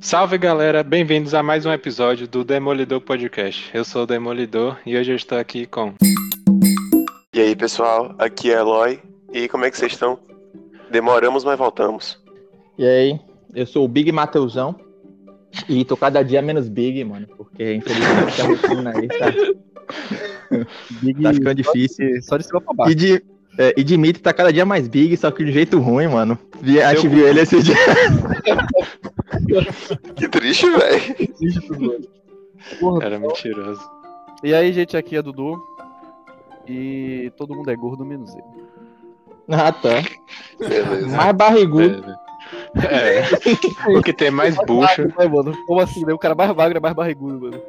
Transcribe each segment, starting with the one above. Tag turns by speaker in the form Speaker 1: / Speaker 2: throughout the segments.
Speaker 1: Salve galera, bem-vindos a mais um episódio do Demolidor Podcast. Eu sou o Demolidor e hoje eu estou aqui com.
Speaker 2: E aí, pessoal, aqui é Eloy. E como é que vocês estão? Demoramos, mas voltamos.
Speaker 3: E aí, eu sou o Big Mateusão. E tô cada dia menos Big, mano. Porque infelizmente a rotina aí tá. Big... Tá ficando difícil.
Speaker 4: Só de cima pra baixo.
Speaker 3: E, de, é, e Dimitri tá cada dia mais Big, só que de um jeito ruim, mano. Vi- A gente viu ele esse dia.
Speaker 2: Que triste, velho.
Speaker 4: Gordo.
Speaker 1: Era mentiroso.
Speaker 4: E aí, gente, aqui é Dudu. E todo mundo é gordo, menos eu.
Speaker 3: Ah, tá.
Speaker 2: Beleza.
Speaker 3: Mais barrigudo.
Speaker 1: É. É. O que tem mais bucho.
Speaker 4: Mas, mano, como assim, né? O cara mais magro é mais barrigudo, mano.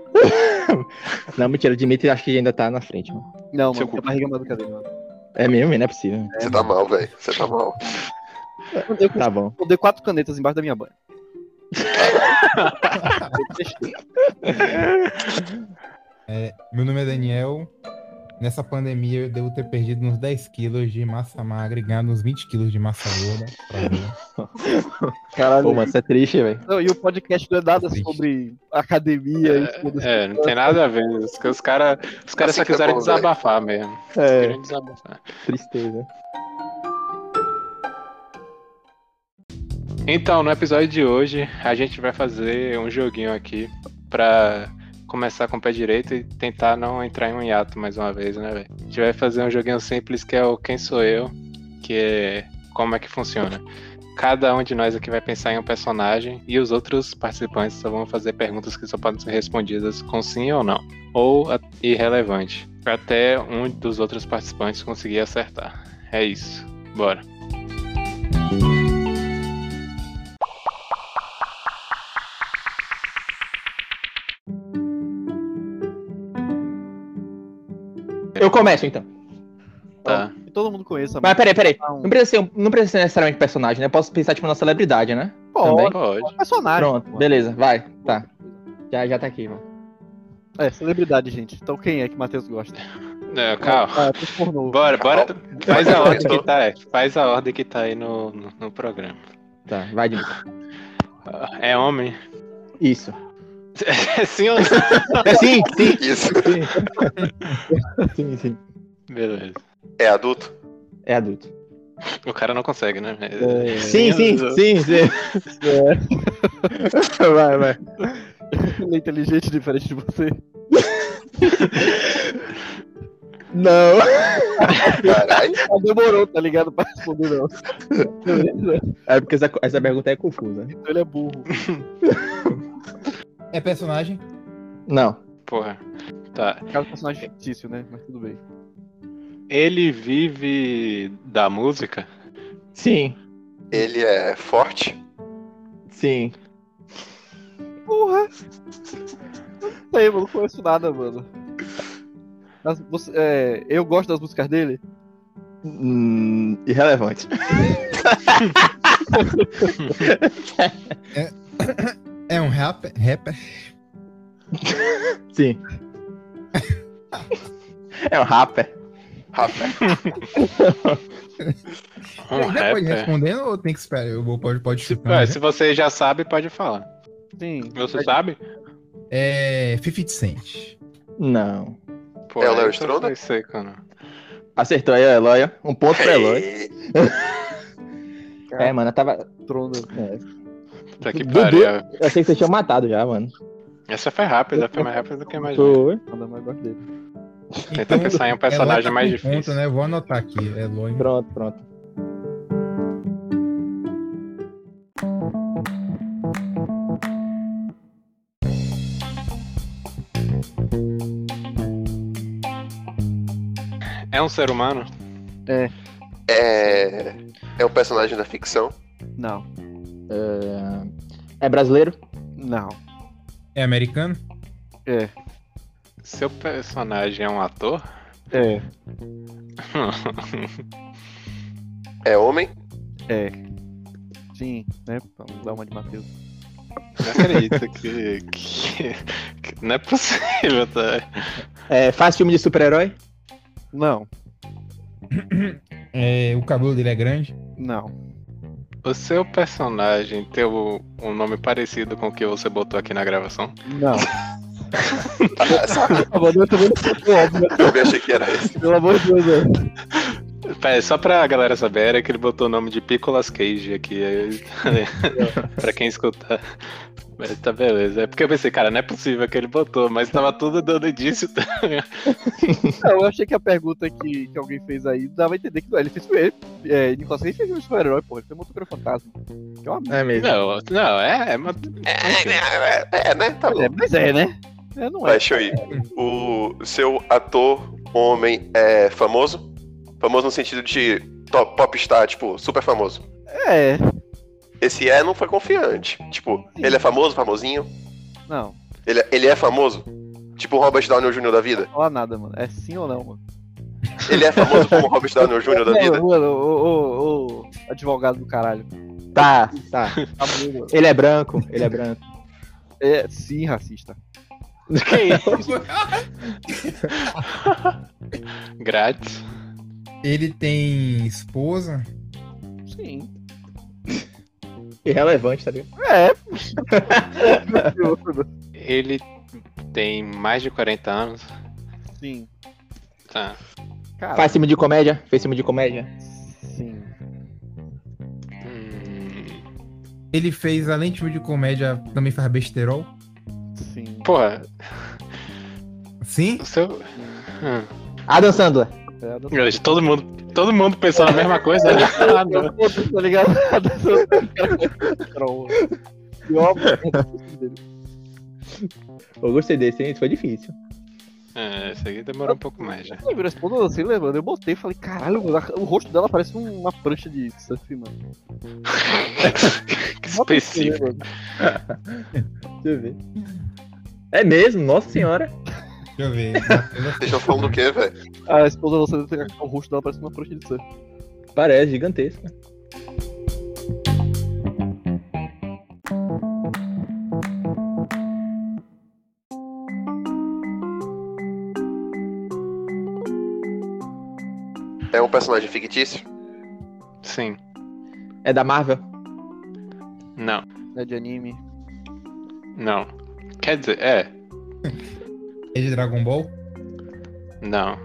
Speaker 3: Não, mentira, o Dimitri acho que ainda tá na frente, mano.
Speaker 4: Não,
Speaker 1: Seu
Speaker 4: mano,
Speaker 1: cu.
Speaker 4: a barriga é mais do que a dele, mano.
Speaker 3: É mesmo, não é possível.
Speaker 2: Você tá mal, velho. Você tá mal.
Speaker 4: Eu, eu,
Speaker 3: Tá bom.
Speaker 4: eu dei quatro canetas embaixo da minha banha.
Speaker 5: Meu nome é Daniel. Nessa pandemia eu devo ter perdido uns 10 quilos de massa magra e ganhado uns 20 quilos de massa gorda. pra ver.
Speaker 3: Caralho. Pô, mano, isso é triste, velho.
Speaker 4: Não, e o podcast não é nada sobre academia e tipo tudo
Speaker 1: É, não tem nada a ver. Os, os caras os cara só
Speaker 2: Assim que é
Speaker 1: quiserem
Speaker 2: bom,
Speaker 1: desabafar mesmo. Eles
Speaker 3: É,
Speaker 1: querem desabafar.
Speaker 3: tristeza.
Speaker 1: Então, no episódio de hoje, a gente vai fazer um joguinho aqui pra começar com o pé direito e tentar não entrar em um hiato mais uma vez, né, velho? A gente vai fazer um joguinho simples que é o Quem Sou Eu, que é como é que funciona. Cada um de nós aqui vai pensar em um personagem e os outros participantes só vão fazer perguntas que só podem ser respondidas com sim ou não, ou a- irrelevante, até um dos outros participantes conseguir acertar. É isso. Bora.
Speaker 3: Eu começo então.
Speaker 1: Tá.
Speaker 4: Que todo mundo conheça,
Speaker 3: Mas
Speaker 4: mano.
Speaker 3: peraí, peraí.
Speaker 4: Não,
Speaker 3: Não precisa, ser, um, não precisa ser necessariamente personagem, né? Eu posso pensar, tipo, na celebridade, né?
Speaker 4: pode,
Speaker 1: Pode.
Speaker 4: pode personagem.
Speaker 3: Pronto,
Speaker 4: mano.
Speaker 3: beleza, vai. Tá. Já, já tá aqui, mano.
Speaker 4: É, celebridade, gente. Então quem é que o Matheus gosta?
Speaker 1: É, calma.
Speaker 4: Ah, tem pornô.
Speaker 1: Bora, bora. Faz a ordem
Speaker 2: Tô.
Speaker 1: que tá aí. Faz a ordem que tá aí no, no, no programa.
Speaker 3: Tá, vai de novo.
Speaker 1: Ah, É homem?
Speaker 3: Isso.
Speaker 1: Sim ou não?
Speaker 3: É, sim, sim,
Speaker 2: Isso.
Speaker 3: sim. Sim, sim.
Speaker 1: Beleza.
Speaker 2: É adulto?
Speaker 3: É adulto.
Speaker 1: O cara não consegue, né?
Speaker 3: Sim, sim,
Speaker 1: ou não?
Speaker 3: sim, sim. Vai, vai.
Speaker 4: Ele é inteligente diferente de você.
Speaker 3: Não.
Speaker 2: Caralho.
Speaker 4: Ah, demorou, tá ligado? Pra responder, não. Beleza.
Speaker 3: É porque essa, essa pergunta é confusa.
Speaker 4: Então ele é burro.
Speaker 5: É personagem?
Speaker 3: Não.
Speaker 1: Porra. Tá.
Speaker 4: Cara, personagem fictício, né? Mas tudo bem.
Speaker 1: Ele vive da música?
Speaker 3: Sim,
Speaker 2: Ele é forte?
Speaker 3: sim.
Speaker 4: Porra! Não sei, mano, não conheço nada, mano. Mas você- é, eu gosto das músicas dele.
Speaker 3: Hum, irrelevante.
Speaker 5: É um rap, rapper?
Speaker 3: Sim. É um rapper.
Speaker 2: Rafa.
Speaker 1: Um
Speaker 5: já né?
Speaker 1: rapper?
Speaker 5: pode responder ou tem que esperar? Eu vou, pode, pode
Speaker 1: Se,
Speaker 5: chutar.
Speaker 1: é,
Speaker 5: né?
Speaker 1: se você já sabe, pode falar.
Speaker 4: Sim.
Speaker 1: Você sabe?
Speaker 5: É 50 Cent.
Speaker 3: Não.
Speaker 1: Pô,
Speaker 2: É o Léo
Speaker 1: aí eu
Speaker 2: Stronda?
Speaker 1: Não sei, cara.
Speaker 3: Acertou aí, Eloia. Um ponto pra Eloy.
Speaker 2: Ei,
Speaker 3: É, mano, eu tava.
Speaker 4: Trona.
Speaker 3: é.
Speaker 1: Puta que
Speaker 3: Dudu.
Speaker 1: pariu.
Speaker 3: Eu achei que vocês tinham matado já, mano.
Speaker 1: Essa foi rápida, foi mais rápida do que eu imaginei.
Speaker 3: Foi.
Speaker 4: Nada mais gosto dele.
Speaker 1: Tenta pensar em um personagem
Speaker 5: Eloy tá
Speaker 1: mais
Speaker 5: com ponto,
Speaker 1: difícil.
Speaker 5: né? Vou anotar aqui. É Eloy.
Speaker 3: Pronto, pronto.
Speaker 1: É um ser humano?
Speaker 2: É. É um personagem da ficção?
Speaker 4: Não.
Speaker 3: É brasileiro?
Speaker 4: Não.
Speaker 5: É americano?
Speaker 4: É.
Speaker 1: Seu personagem é um ator?
Speaker 4: É.
Speaker 2: É homem?
Speaker 4: É. Sim, né? Vamos dar uma de Matheus.
Speaker 1: Não acredito que, que- que- Não é possível, tá?
Speaker 3: É, faz filme de super-herói?
Speaker 4: Não.
Speaker 5: É, o cabelo dele é grande?
Speaker 4: Não.
Speaker 1: O seu personagem tem o- um nome parecido com o que você botou aqui na gravação?
Speaker 4: Não. Ah, mano, eu também não sei o óbvio, né?
Speaker 2: Eu achei que era esse.
Speaker 4: pelo amor de Deus, velho.
Speaker 1: Pera, só pra galera saber, é que ele botou o nome de Picolas Cage aqui. aí- pra quem escutar. Mas tá beleza. É porque eu pensei, cara, não é possível que ele botou, mas tava tudo dando indício.
Speaker 4: Não, eu achei que a pergunta que, que alguém fez aí dava a entender que não é. Ele fez ele, é, Nicolas Cage fez um super-herói, porra. Ele fez um motoqueiro fantasma. Que é uma merda.
Speaker 3: É mesmo.
Speaker 1: Não, não, é. é uma...
Speaker 2: É, né? Tá bom.
Speaker 4: É, mas é, né? É, não é.
Speaker 2: Vai, Shoei. O seu ator homem é famoso? Famoso no sentido de top, popstar, tipo, super famoso.
Speaker 4: É.
Speaker 2: Esse é não foi confiante. Tipo, ele é famoso, famosinho?
Speaker 4: Não,
Speaker 2: Ele, ele é famoso? Tipo o Robert Downey Jr. da vida?
Speaker 4: falar nada, mano. É sim ou não, mano?
Speaker 2: Ele é famoso como o Robert Downey Jr. da vida?
Speaker 4: Mano, mano, ô, ô, ô, advogado do caralho.
Speaker 3: Tá, tá.
Speaker 4: Tá bom, mano.
Speaker 3: Ele é branco, ele é branco.
Speaker 4: É, sim, racista.
Speaker 1: Grátis.
Speaker 5: Ele tem esposa?
Speaker 4: Sim.
Speaker 3: Irrelevante, tá ligado?
Speaker 4: É.
Speaker 1: Ele tem mais de 40 anos.
Speaker 4: sim.
Speaker 1: Tá.
Speaker 4: Cara,
Speaker 3: Faz filme de comédia? Fez filme de comédia?
Speaker 4: sim.
Speaker 1: Hum,
Speaker 5: Ele fez, além de filme de comédia, também faz besterol?
Speaker 4: Sim.
Speaker 1: porra,
Speaker 5: Sim?
Speaker 1: o seu. Hum.
Speaker 3: Adam Sandler.
Speaker 4: É, eu não-
Speaker 1: Gente, Todo mundo, todo mundo pensou na mesma coisa. né? Ah, não.
Speaker 4: Eu tô- Tá ligado? Troll. Pior né? merda dele.
Speaker 3: Eu gostei desse, hein? Isso foi difícil.
Speaker 1: É, esse aqui demorou um pouco mais já.
Speaker 4: Não, virou esse ponto, assim, lembrando, eu botei e falei, caralho, mano, o rosto dela parece um, uma prancha de surf, mano.
Speaker 1: Que
Speaker 4: Bota isso, né,
Speaker 1: específico.
Speaker 4: mano?
Speaker 3: Deixa eu ver. É mesmo? Nossa senhora.
Speaker 5: Deixa eu ver.
Speaker 2: Vocês estão
Speaker 1: um
Speaker 2: falando do quê, velho?
Speaker 4: A esposa da Luciana, o rosto dela parece uma prancha de surf.
Speaker 3: Parece gigantesca.
Speaker 2: É um personagem fictício?
Speaker 3: né?
Speaker 1: Sim.
Speaker 3: É da Marvel?
Speaker 1: Não.
Speaker 4: É de anime.
Speaker 1: Não. Quer dizer, é.
Speaker 5: É de Dragon Ball?
Speaker 1: Não.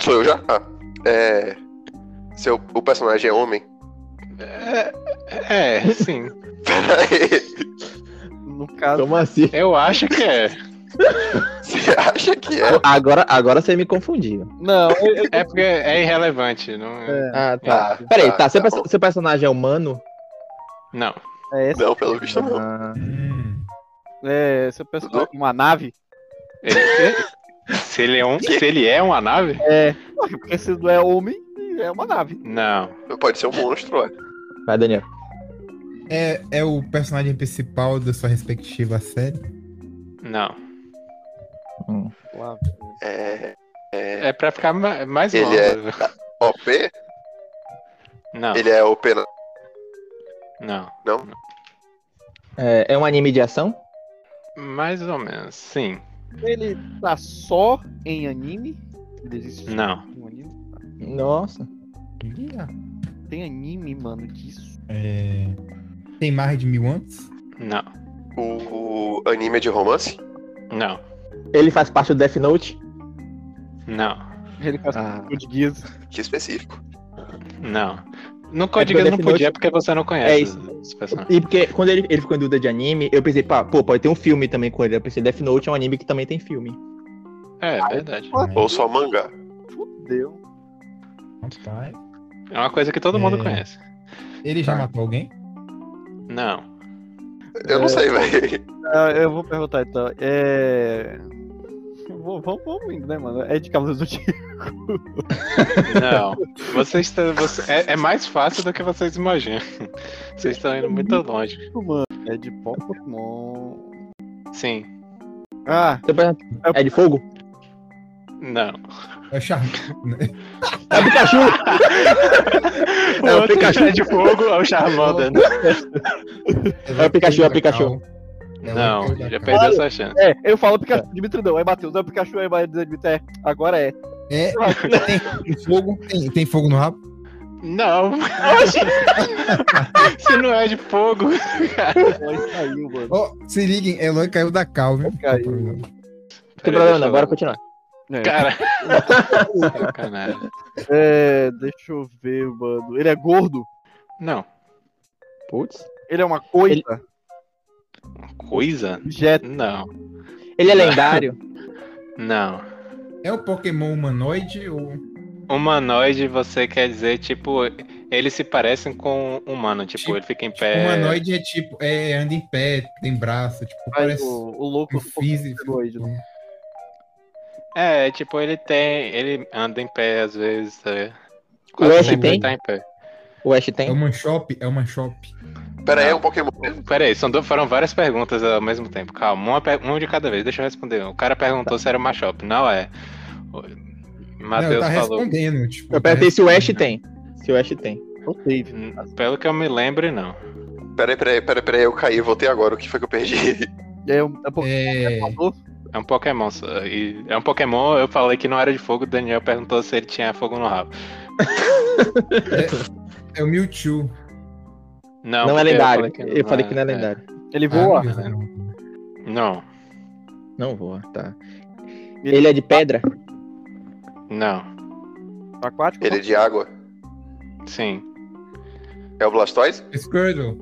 Speaker 2: Sou eu já? Ah, é. Seu, o personagem é homem?
Speaker 1: É, é, sim.
Speaker 2: Peraí.
Speaker 4: No caso,
Speaker 3: Como assim?
Speaker 1: Eu acho que é.
Speaker 2: Você acha que é?
Speaker 3: Agora, agora você me confundiu.
Speaker 4: não, eu- eu-
Speaker 1: É porque é irrelevante. Não.
Speaker 4: É.
Speaker 3: Ah,
Speaker 2: tá. Ah,
Speaker 3: Peraí,
Speaker 2: tá,
Speaker 3: tá. seu,
Speaker 2: tá
Speaker 3: perso-
Speaker 2: bom.
Speaker 3: seu personagem é humano?
Speaker 1: Não.
Speaker 4: é essa.
Speaker 2: Não, pelo visto não.
Speaker 3: Ah,
Speaker 5: Hum.
Speaker 4: É, se eu penso
Speaker 2: Dudu?
Speaker 4: uma nave.
Speaker 1: Ele- ele- se, ele é um, se ele é uma nave?
Speaker 4: É. Porque se não é homem, é uma nave.
Speaker 1: Não.
Speaker 2: Pode ser um monstro, ué.
Speaker 3: Vai, Daniel.
Speaker 5: É, é o personagem principal da sua respectiva série?
Speaker 1: Não.
Speaker 2: É. É.
Speaker 1: É pra ficar ma- mais
Speaker 2: Ele
Speaker 1: longo.
Speaker 2: OP?
Speaker 3: Ah.
Speaker 1: Não.
Speaker 2: Ele é OP na.
Speaker 1: Não.
Speaker 3: É, é um anime de ação?
Speaker 1: Mais ou menos. Sim.
Speaker 4: Ele tá só em anime. Ele existe só
Speaker 1: Não.
Speaker 4: em anime.
Speaker 3: Nossa.
Speaker 4: Tem anime, mano, disso.
Speaker 5: É, Tem mais de mil anos?
Speaker 1: Não.
Speaker 2: O, o anime é de romance?
Speaker 1: Não.
Speaker 3: Ele faz parte do Death Note?
Speaker 1: Não.
Speaker 4: Ele faz
Speaker 3: Ah.
Speaker 4: ah. de guias.
Speaker 2: Que específico.
Speaker 1: Não. No
Speaker 3: É porque
Speaker 1: código
Speaker 3: o
Speaker 1: não
Speaker 3: Death Note-
Speaker 1: podia porque você não conhece
Speaker 3: É isso.
Speaker 1: esse personagem.
Speaker 3: E porque quando ele, ele ficou em dúvida de anime, eu pensei, pá, pô, pode ter um filme também com ele. Eu pensei, Death Note é um anime que também tem filme.
Speaker 1: É, verdade.
Speaker 5: né?
Speaker 2: Ou só mangá?
Speaker 4: Fudeu.
Speaker 5: Rapaz.
Speaker 1: É uma coisa que todo mundo
Speaker 5: É.
Speaker 1: conhece.
Speaker 5: tá. Ele já
Speaker 3: Tá.
Speaker 5: matou alguém?
Speaker 1: Não.
Speaker 2: Eu
Speaker 3: É.
Speaker 2: não sei, velho.
Speaker 4: Ah, eu vou perguntar então. É. Vou- Vamos, vamos indo, né, mano? É de Cavaleiros do Zodíaco.
Speaker 1: Não. Vocês estão. você- é, é mais fácil do que vocês imaginam. Vocês estão indo muito longe.
Speaker 4: É de Pokémon.
Speaker 1: Sim.
Speaker 4: Ah,
Speaker 3: Seu personagem- É de fogo?
Speaker 1: Não.
Speaker 5: É o Charme.
Speaker 3: É o Pikachu! é o
Speaker 1: Outro
Speaker 3: Pikachu!
Speaker 1: é de fogo é o Charmander.
Speaker 3: É o Pikachu, é o Pikachu.
Speaker 1: Não,
Speaker 5: É o
Speaker 1: já
Speaker 5: Pikachu.
Speaker 1: perdeu essa chance.
Speaker 4: é, eu falo Pikachu, Dimitri não, é Matheus, é Pikachu, é Matheus, é Dimitri, é, agora é.
Speaker 5: É, tem, tem fogo, tem, tem fogo no rabo?
Speaker 1: Não. Se não é de fogo.
Speaker 4: Eloy caiu, é mano.
Speaker 5: Ó, se liguem, Eloy caiu da cal, viu?
Speaker 4: Caiu.
Speaker 3: Não tem problema,
Speaker 1: Peraí, deixa
Speaker 3: não.
Speaker 1: eu
Speaker 3: Bora
Speaker 1: ver.
Speaker 3: continuar.
Speaker 4: É,
Speaker 1: Cara. Sacanagem.
Speaker 4: é, deixa eu ver, mano. Ele é gordo?
Speaker 1: Não.
Speaker 3: Putz.
Speaker 4: Ele é uma coisa?
Speaker 1: Coisa?
Speaker 4: Objeto?
Speaker 1: Não.
Speaker 3: Ele é lendário?
Speaker 1: Não.
Speaker 5: É o Pokémon humanoide ou.
Speaker 1: Humanoide, você quer dizer, tipo, eles se parecem com humano, tipo,
Speaker 5: Tipo-
Speaker 1: ele fica em pé.
Speaker 5: Humanoide é tipo. É, anda em pé, tem braço, tipo,
Speaker 4: Aí,
Speaker 5: parece.
Speaker 4: o, o
Speaker 5: Um
Speaker 4: louco é do
Speaker 5: físico.
Speaker 4: Pokémon Eloy, né?
Speaker 1: É, tipo, ele tem. Ele anda em pé às vezes, tá ligado?
Speaker 3: O
Speaker 1: Quase
Speaker 3: Ash
Speaker 1: sempre
Speaker 3: tem?
Speaker 1: ele tá em pé.
Speaker 3: O Ash
Speaker 5: É
Speaker 3: tem?
Speaker 5: uma shop? É uma shop.
Speaker 2: Pera aí, é um Pokémon.
Speaker 1: Pera aí, são duas- foram várias perguntas ao mesmo tempo. Calma, uma, per- uma de cada vez, deixa eu responder. O cara perguntou se era uma shop. Não é. O
Speaker 5: não,
Speaker 1: Matheus
Speaker 5: tá
Speaker 1: falou.
Speaker 5: respondendo. Tipo,
Speaker 3: Eu perguntei se o Ash tem. Se o Ash tem.
Speaker 4: O Dave.
Speaker 1: Hum, Pelo que eu me lembro, não.
Speaker 2: Pera aí, pera aí, pera aí, pera aí, eu caí, voltei agora. O que foi que eu perdi?
Speaker 4: É um, é um Pokémon
Speaker 5: É,
Speaker 4: voador?
Speaker 1: É um Pokémon. só- e- É um Pokémon, eu falei que não era de fogo, o Daniel perguntou se ele tinha fogo no rabo.
Speaker 5: é o Mewtwo.
Speaker 1: Não,
Speaker 3: Não, é
Speaker 1: porque
Speaker 3: lendário.
Speaker 1: que
Speaker 3: Eu falei que não é lendário.
Speaker 4: Ele
Speaker 5: Ah,
Speaker 4: voa?
Speaker 5: meu Deus, não.
Speaker 1: Não,
Speaker 3: Não voa, tá. Ele é de pedra?
Speaker 1: não.
Speaker 5: Ah.
Speaker 4: Aquático?
Speaker 2: Ele é de água.
Speaker 1: Sim.
Speaker 2: É o Blastoise?
Speaker 5: Squirtle.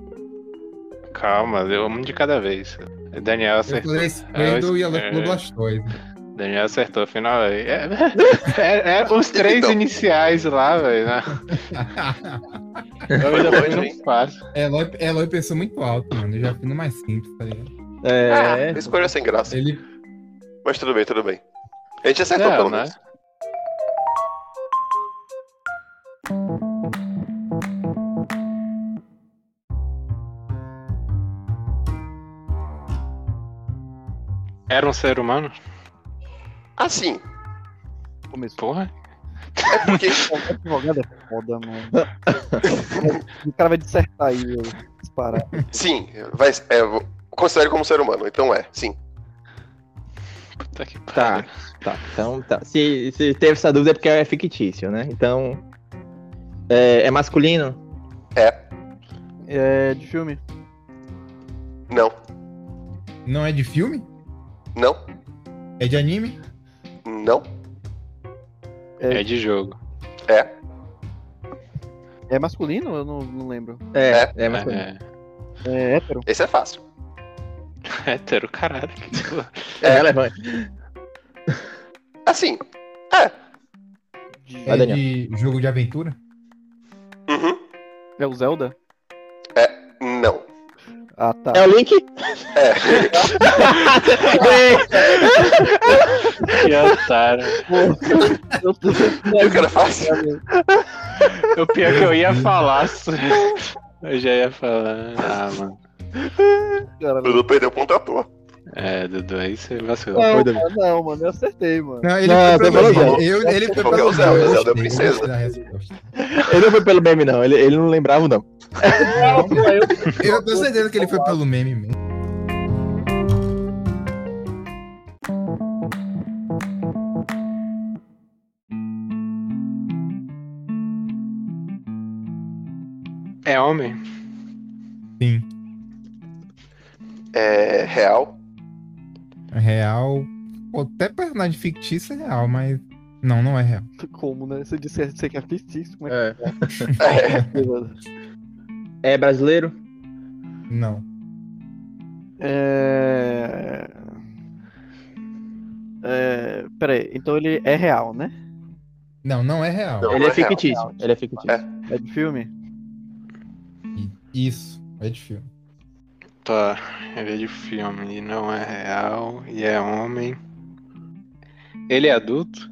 Speaker 1: Calma, deu um de cada vez. Daniel
Speaker 5: Eu
Speaker 1: acertou.
Speaker 5: falei Squirtle e ela
Speaker 1: é.
Speaker 5: falou Blastoise.
Speaker 1: Daniel acertou final aí. É, é- é os três
Speaker 2: Então.
Speaker 1: iniciais lá, velho. né? Eu ainda
Speaker 2: longe,
Speaker 1: não é
Speaker 2: Então, hein?
Speaker 1: faço.
Speaker 5: Eloy, Eloy pensou muito alto, mano. Eu já fui no mais simples, tá ligado?
Speaker 3: É.
Speaker 2: Ah, escolha sem graça.
Speaker 5: Ele
Speaker 2: Mas tudo bem, tudo bem. A gente acertou,
Speaker 1: Não,
Speaker 2: É, pelo
Speaker 1: né?
Speaker 2: menos.
Speaker 1: Era um ser humano?
Speaker 2: Assim,
Speaker 4: Começou.
Speaker 1: Porra.
Speaker 2: é porque.
Speaker 4: Advogado é foda, mano. o cara vai dissertar aí, velho. Disparar.
Speaker 2: Sim, vai, é, eu considero como ser humano, então é, sim.
Speaker 1: Puta que
Speaker 3: Tá,
Speaker 1: pariu.
Speaker 3: tá. Então, tá. Se, se teve essa dúvida é porque é fictício, né? Então. É, é masculino?
Speaker 4: É de filme?
Speaker 2: Não,
Speaker 5: não é de filme?
Speaker 2: não,
Speaker 5: É de anime?
Speaker 2: não,
Speaker 1: É de jogo.
Speaker 2: é.
Speaker 4: É masculino? Eu não, não lembro.
Speaker 3: É, é, masculino.
Speaker 1: É,
Speaker 4: É hétero?
Speaker 2: Esse é fácil.
Speaker 1: é hétero, caralho. que porra.
Speaker 3: É, relevante.
Speaker 2: Assim,
Speaker 4: De-
Speaker 5: É
Speaker 3: Vai, Daniel.
Speaker 5: de jogo de aventura?
Speaker 2: uhum,
Speaker 4: É o Zelda?
Speaker 2: não.
Speaker 4: Ah, tá.
Speaker 3: É o Link? É.
Speaker 1: Que otário.
Speaker 4: Eu tô-
Speaker 2: O cara é fácil.
Speaker 1: O pior que eu ia falar. su- Eu já ia falar. Ah, mano.
Speaker 4: Cara,
Speaker 2: Dudu perdeu ponto à toa.
Speaker 1: É, Dudu, aí você vacilou.
Speaker 4: Não,
Speaker 3: Foi, Davi.
Speaker 4: mano, não, mano, eu acertei, mano.
Speaker 5: Não, ele
Speaker 3: Não,
Speaker 5: foi
Speaker 3: você
Speaker 5: pelo
Speaker 3: falou
Speaker 5: meme. Eu- Ele foi
Speaker 2: Porque
Speaker 5: pelo
Speaker 2: o Zelda,
Speaker 5: meme. Eu
Speaker 2: o Zelda é
Speaker 5: gostei,
Speaker 2: princesa.
Speaker 5: eu gostei da resposta.
Speaker 3: Ele não foi pelo meme, não. Ele, ele não lembrava, não.
Speaker 5: Eu tô entendendo que ele foi pelo meme mesmo.
Speaker 1: É homem?
Speaker 5: Sim.
Speaker 2: É real?
Speaker 5: É Real. Pô, até personagem fictício é real, mas. Não, não é real.
Speaker 4: Como, né? Você disse que você quer fictício, como é
Speaker 3: É.
Speaker 2: É.
Speaker 4: que é, mano?
Speaker 3: É brasileiro?
Speaker 5: Não.
Speaker 4: É... É... Peraí, então ele é real, né?
Speaker 5: Não, não é real.
Speaker 2: Não.
Speaker 3: ele é
Speaker 2: é real.
Speaker 3: fictício. Ele é fictício.
Speaker 4: É de filme?
Speaker 5: Isso. É de filme.
Speaker 1: Tá. Ele é de filme e não é real. E é homem. Ele é adulto?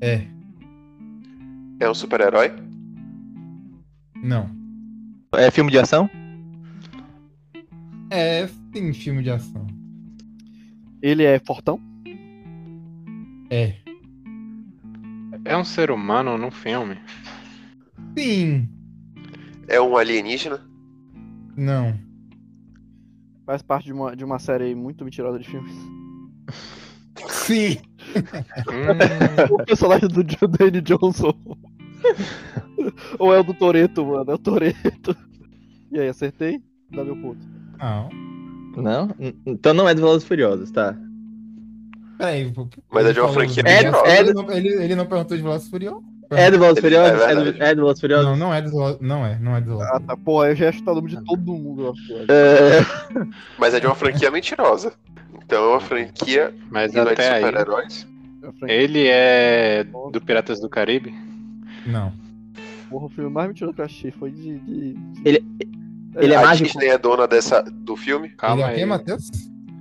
Speaker 5: É.
Speaker 2: É um super-herói?
Speaker 5: Não.
Speaker 3: É filme de ação?
Speaker 5: É, sim, filme de ação.
Speaker 4: Ele é fortão?
Speaker 5: É.
Speaker 1: É um ser humano num filme?
Speaker 5: Sim.
Speaker 2: É um alienígena?
Speaker 5: Não.
Speaker 4: Faz parte de uma, de uma série muito mentirosa de filmes.
Speaker 5: Sim.
Speaker 1: Hum,
Speaker 4: o personagem do Dwayne Johnson. Ou é o do Toreto, mano? É o Toreto. E aí, acertei? Dá meu ponto.
Speaker 5: Não.
Speaker 3: Não? N- Então não é do Velozes e Furiosos, tá?
Speaker 5: Peraí. pô,
Speaker 2: Mas
Speaker 5: ele
Speaker 2: é de uma
Speaker 5: falou os
Speaker 2: franquia
Speaker 5: Velozes-
Speaker 3: menor.
Speaker 5: ele, não, ele- ele não perguntou de Velozes e Furiosos?
Speaker 3: É do Velozes e
Speaker 2: Ele- é
Speaker 3: Furiosos? É do-
Speaker 2: verdade.
Speaker 3: É do Velozes e Furiosos?
Speaker 5: Não, não é dos Velozes- Não é, não é dos Velozes.
Speaker 4: Ah, tá. Porra, eu já ia chutar o nome de todo mundo. eu acho.
Speaker 3: Ah. É,
Speaker 2: Mas é de uma franquia mentirosa. Então é uma franquia
Speaker 1: Mas
Speaker 2: que não é de
Speaker 1: até aí.
Speaker 2: super-heróis.
Speaker 4: É Frank,
Speaker 1: Ele é do Piratas do Caribe?
Speaker 5: Não.
Speaker 4: porra, o filme mais mentiroso que eu achei foi de. de- de-
Speaker 3: Ele- ele é
Speaker 2: a
Speaker 3: mágico?
Speaker 2: Disney é dona dessa, do filme?
Speaker 1: Calma
Speaker 5: ele é quem,
Speaker 1: aí.
Speaker 5: Matheus?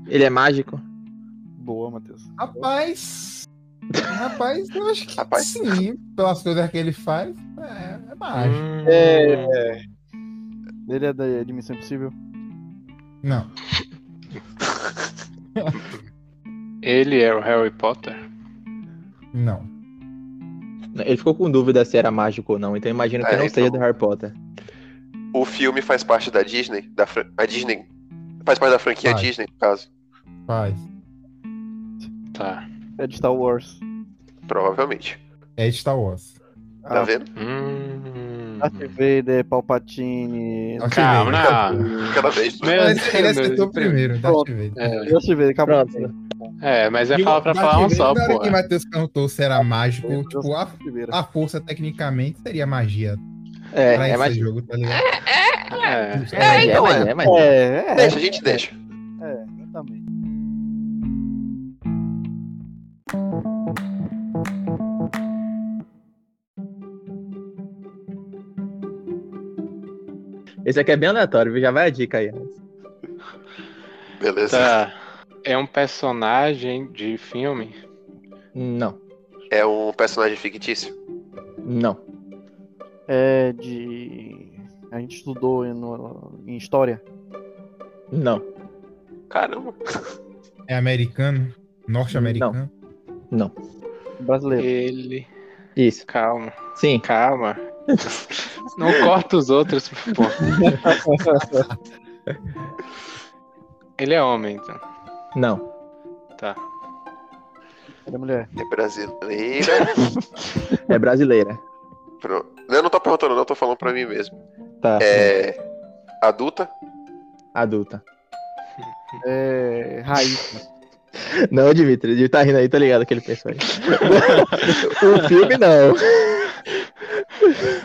Speaker 3: Ele é mágico?
Speaker 4: Boa, Matheus.
Speaker 5: Rapaz. Rapaz, eu acho que
Speaker 2: Rapaz.
Speaker 5: sim, pelas coisas que ele faz, é, é mágico.
Speaker 1: Hum,
Speaker 4: É.
Speaker 3: É.
Speaker 4: Ele é da de Missão Impossível?
Speaker 5: Não.
Speaker 1: Ele é o Harry Potter?
Speaker 5: Não.
Speaker 3: Ele ficou com dúvida se era mágico ou não, então imagino que
Speaker 2: É,
Speaker 3: não
Speaker 2: então.
Speaker 3: seja do Harry Potter.
Speaker 2: O filme faz parte da Disney? Da fran- A Disney faz parte da franquia
Speaker 5: Faz.
Speaker 2: Disney, no caso?
Speaker 5: Faz.
Speaker 1: Tá.
Speaker 4: É de Star Wars.
Speaker 2: Provavelmente.
Speaker 5: É Star Wars.
Speaker 2: Tá
Speaker 4: Ah.
Speaker 2: vendo?
Speaker 1: Hum.
Speaker 4: Darth
Speaker 3: Uhum.
Speaker 4: Vader, Palpatine.
Speaker 5: Darth
Speaker 1: Calma,
Speaker 5: Vader.
Speaker 1: não.
Speaker 2: Cada vez.
Speaker 1: Meu
Speaker 5: Mas ele
Speaker 1: Deus.
Speaker 5: acertou primeiro, Darth Vader.
Speaker 1: É,
Speaker 4: Darth Vader, acabou.
Speaker 3: Pronto.
Speaker 1: É, mas é
Speaker 5: Digo,
Speaker 1: falar pra
Speaker 5: Darth
Speaker 1: falar um
Speaker 5: Vader,
Speaker 1: só,
Speaker 5: Na hora que
Speaker 1: pô.
Speaker 5: Matheus perguntou se era mágico, tipo, a,
Speaker 4: Primeira.
Speaker 5: a força tecnicamente seria magia
Speaker 3: É,
Speaker 5: pra
Speaker 3: é
Speaker 5: esse
Speaker 3: mágico.
Speaker 5: jogo, tá ligado?
Speaker 1: É.
Speaker 3: É,
Speaker 2: então
Speaker 3: mas
Speaker 2: é.
Speaker 3: é, mas é.
Speaker 4: É, é,
Speaker 2: Deixa, a gente deixa.
Speaker 4: é, exatamente.
Speaker 3: Esse aqui é bem aleatório, viu? já vai a dica aí.
Speaker 2: Beleza.
Speaker 1: Tá. É um personagem de filme?
Speaker 3: Não,
Speaker 2: É um personagem fictício?
Speaker 3: não,
Speaker 4: É de. A gente estudou em, no- em história.
Speaker 3: não,
Speaker 2: Caramba.
Speaker 5: É americano? Norte-americano?
Speaker 3: não.
Speaker 4: Brasileiro.
Speaker 1: Ele.
Speaker 3: Isso,
Speaker 1: Calma,
Speaker 3: sim.
Speaker 1: calma. Não corta os outros, pô. Ele é homem, então.
Speaker 3: Não,
Speaker 1: Tá.
Speaker 4: Ele é mulher.
Speaker 2: É brasileira.
Speaker 3: é brasileira.
Speaker 2: Pro- Não, Eu não tô perguntando, não, eu tô falando pra mim mesmo.
Speaker 3: Tá,
Speaker 2: É. Adulta?
Speaker 3: adulta.
Speaker 4: É. Raiz.
Speaker 3: Não, Dimitri, ele tá rindo aí, tá ligado que ele pensou aí. o filme não.
Speaker 4: É,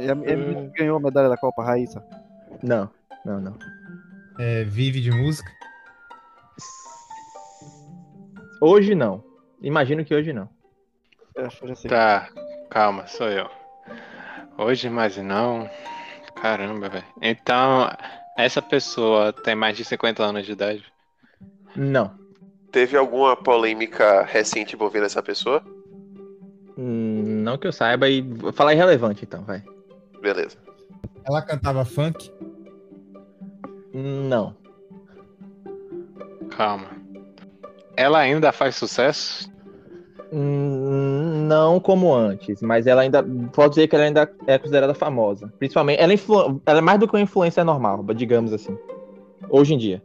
Speaker 4: a- é a menina que ganhou a medalha da Copa, Raíssa.
Speaker 3: Não, não, não.
Speaker 5: É, vive de música?
Speaker 3: Hoje não. Imagino que hoje não.
Speaker 4: Eu acho que eu já sei.
Speaker 1: Tá, calma, sou eu. Hoje, mas não. Caramba, velho. Então, essa pessoa tem mais de 50 anos de idade?
Speaker 3: Não.
Speaker 2: Teve alguma polêmica recente envolvendo essa pessoa?
Speaker 3: Hum, Não que eu saiba e vou falar irrelevante então, vai.
Speaker 2: Beleza.
Speaker 5: Ela cantava funk?
Speaker 3: Não.
Speaker 1: Calma. Ela ainda faz sucesso?
Speaker 3: Hum, Não como antes, mas ela ainda. Pode dizer que ela ainda é considerada famosa. Principalmente. Ela, é influ- ela é mais do que uma influência normal, digamos assim. Hoje em dia.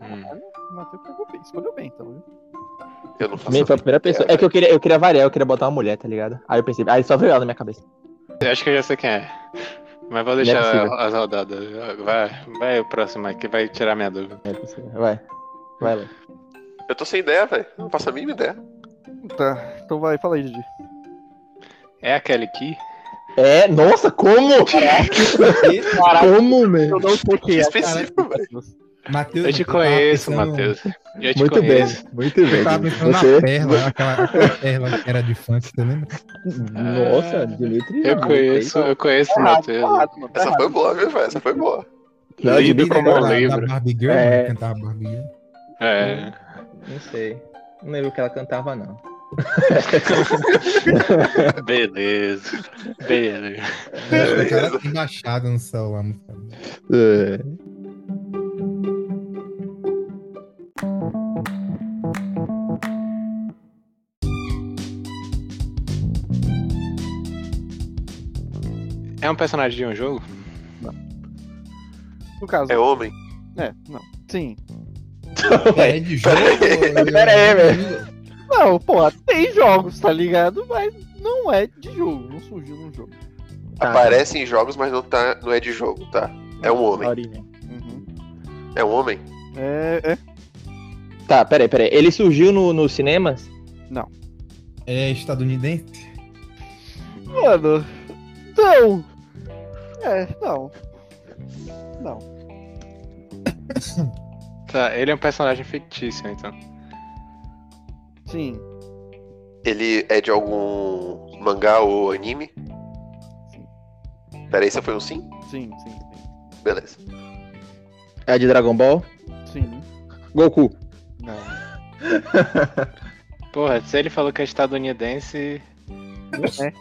Speaker 1: Hum.
Speaker 4: O Matheus pegou bem, escolheu bem, então. viu?
Speaker 2: Eu não faço.
Speaker 3: Meio foi a primeira pessoa. É que eu queria, eu queria variar, eu queria botar uma mulher, tá ligado? Aí eu pensei, aí só veio ela na minha cabeça.
Speaker 1: Eu acho que eu já sei quem é. Mas vou deixar
Speaker 3: é possível.
Speaker 1: as rodadas. Vai, vai o próximo aqui, vai tirar minha dúvida.
Speaker 3: Vai. Vai lá.
Speaker 2: Eu tô sem ideia, velho. Não faço a mínima ideia.
Speaker 4: Tá, então vai, fala aí, Didi.
Speaker 1: É aquele que?
Speaker 3: É, nossa, como? Como, meu?
Speaker 4: Eu não sei quem é.
Speaker 2: Específico, velho.
Speaker 5: Matheus,
Speaker 1: Eu te
Speaker 5: tava
Speaker 3: Ah,
Speaker 1: conheço,
Speaker 5: pensando-
Speaker 1: Matheus. Eu te
Speaker 3: é um Muito bem,
Speaker 1: conheço.
Speaker 3: muito
Speaker 5: Eu
Speaker 3: bem.
Speaker 5: tava
Speaker 3: Dimitri.
Speaker 5: pensando
Speaker 3: Você...
Speaker 5: então na perla, aquela, aquela perla que era de funk, você lembra?
Speaker 3: Nossa, Dimitri.
Speaker 1: Eu conheço, eu conheço o Matheus.
Speaker 4: errado, mano. Tá
Speaker 2: Essa
Speaker 4: errado.
Speaker 2: foi boa, viu, velho? Essa foi boa.
Speaker 3: Não, é
Speaker 1: Lido
Speaker 3: Dimitri,
Speaker 1: como
Speaker 5: Da-
Speaker 1: um
Speaker 5: da,
Speaker 1: livro.
Speaker 5: Barbie Girl,
Speaker 3: É.
Speaker 5: né? cantava Barbie Girl.
Speaker 1: É.
Speaker 3: Não sei. Não lembro o que ela cantava, não.
Speaker 1: Beleza. Beleza.
Speaker 5: O cara tem baixado no celular. muito bom.
Speaker 1: É um personagem de um jogo?
Speaker 4: No caso.
Speaker 2: É homem?
Speaker 4: É, não. Sim.
Speaker 5: É de jogo?
Speaker 3: Pera aí,
Speaker 5: velho.
Speaker 4: Não, pô, tem jogos, tá ligado? Mas não é de jogo. Não surgiu num jogo.
Speaker 3: Tá.
Speaker 2: Aparece em jogos, mas não, tá, não é de jogo, tá? É um homem.
Speaker 3: Laurinha.
Speaker 4: Uhum.
Speaker 2: É um homem?
Speaker 4: É, é.
Speaker 3: Tá, peraí, peraí. Ele surgiu no- nos cinemas?
Speaker 5: É estadunidense?
Speaker 4: Mano. Não! É, não. Não.
Speaker 1: Tá, ele é um personagem fictício, então.
Speaker 4: Sim.
Speaker 2: Ele é de algum mangá ou anime?
Speaker 4: Sim.
Speaker 2: Peraí, você foi um sim?
Speaker 4: Sim, sim, sim.
Speaker 2: Beleza.
Speaker 3: É de Dragon Ball?
Speaker 4: Sim.
Speaker 3: Goku.
Speaker 4: Não.
Speaker 1: Porra, se ele falou que é estadunidense.
Speaker 4: Não é.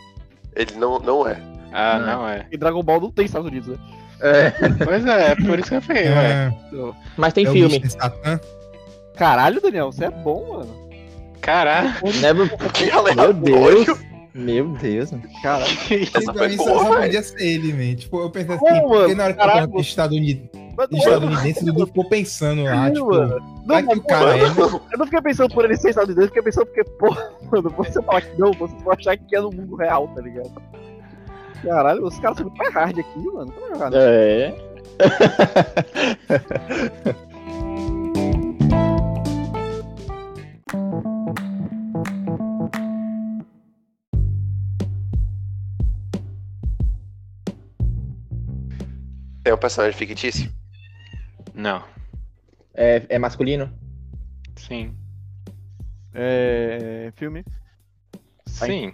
Speaker 2: Ele não, não é.
Speaker 1: Ah,
Speaker 3: Não.
Speaker 1: não, é.
Speaker 4: E Dragon Ball não tem Estados Unidos, né?
Speaker 3: É.
Speaker 1: Pois é, por isso que eu falei, ué.
Speaker 4: Então,
Speaker 3: Mas tem
Speaker 5: é Ah, o
Speaker 3: filme.
Speaker 5: Mr. Satan?
Speaker 4: Caralho, Daniel, você é bom, mano.
Speaker 1: É. Caralho,
Speaker 3: Never...
Speaker 2: Que
Speaker 3: Meu
Speaker 2: aleatório.
Speaker 3: Deus. Meu Deus. mano.
Speaker 4: Caralho.
Speaker 2: Essa
Speaker 5: Pra
Speaker 2: foi
Speaker 5: mim só,
Speaker 2: boa,
Speaker 5: Então, só
Speaker 2: velho.
Speaker 5: podia ser ele, man. Tipo, eu pensei assim,
Speaker 4: Não,
Speaker 5: porque
Speaker 4: mano,
Speaker 5: na hora que eu
Speaker 4: caralho.
Speaker 5: tava estadunidense,
Speaker 4: Mas não,
Speaker 5: é
Speaker 4: eu,
Speaker 5: estadunidense Dudu ficou pensando lá,
Speaker 4: Não,
Speaker 5: tipo,
Speaker 4: mano. não,
Speaker 5: vai que o
Speaker 4: mas,
Speaker 5: cara é, né?
Speaker 4: eu não fiquei pensando por ele ser Estados Unidos, eu fiquei pensando porque, porra, mano, você falar que não, vocês vão achar que é no mundo real, tá ligado? Caralho, os caras são muito mais hard aqui, mano. Como é que é?
Speaker 3: É.
Speaker 2: É um personagem fictício?
Speaker 1: Não.
Speaker 3: É, é masculino?
Speaker 1: Sim.
Speaker 4: É. Filme.
Speaker 1: Sim.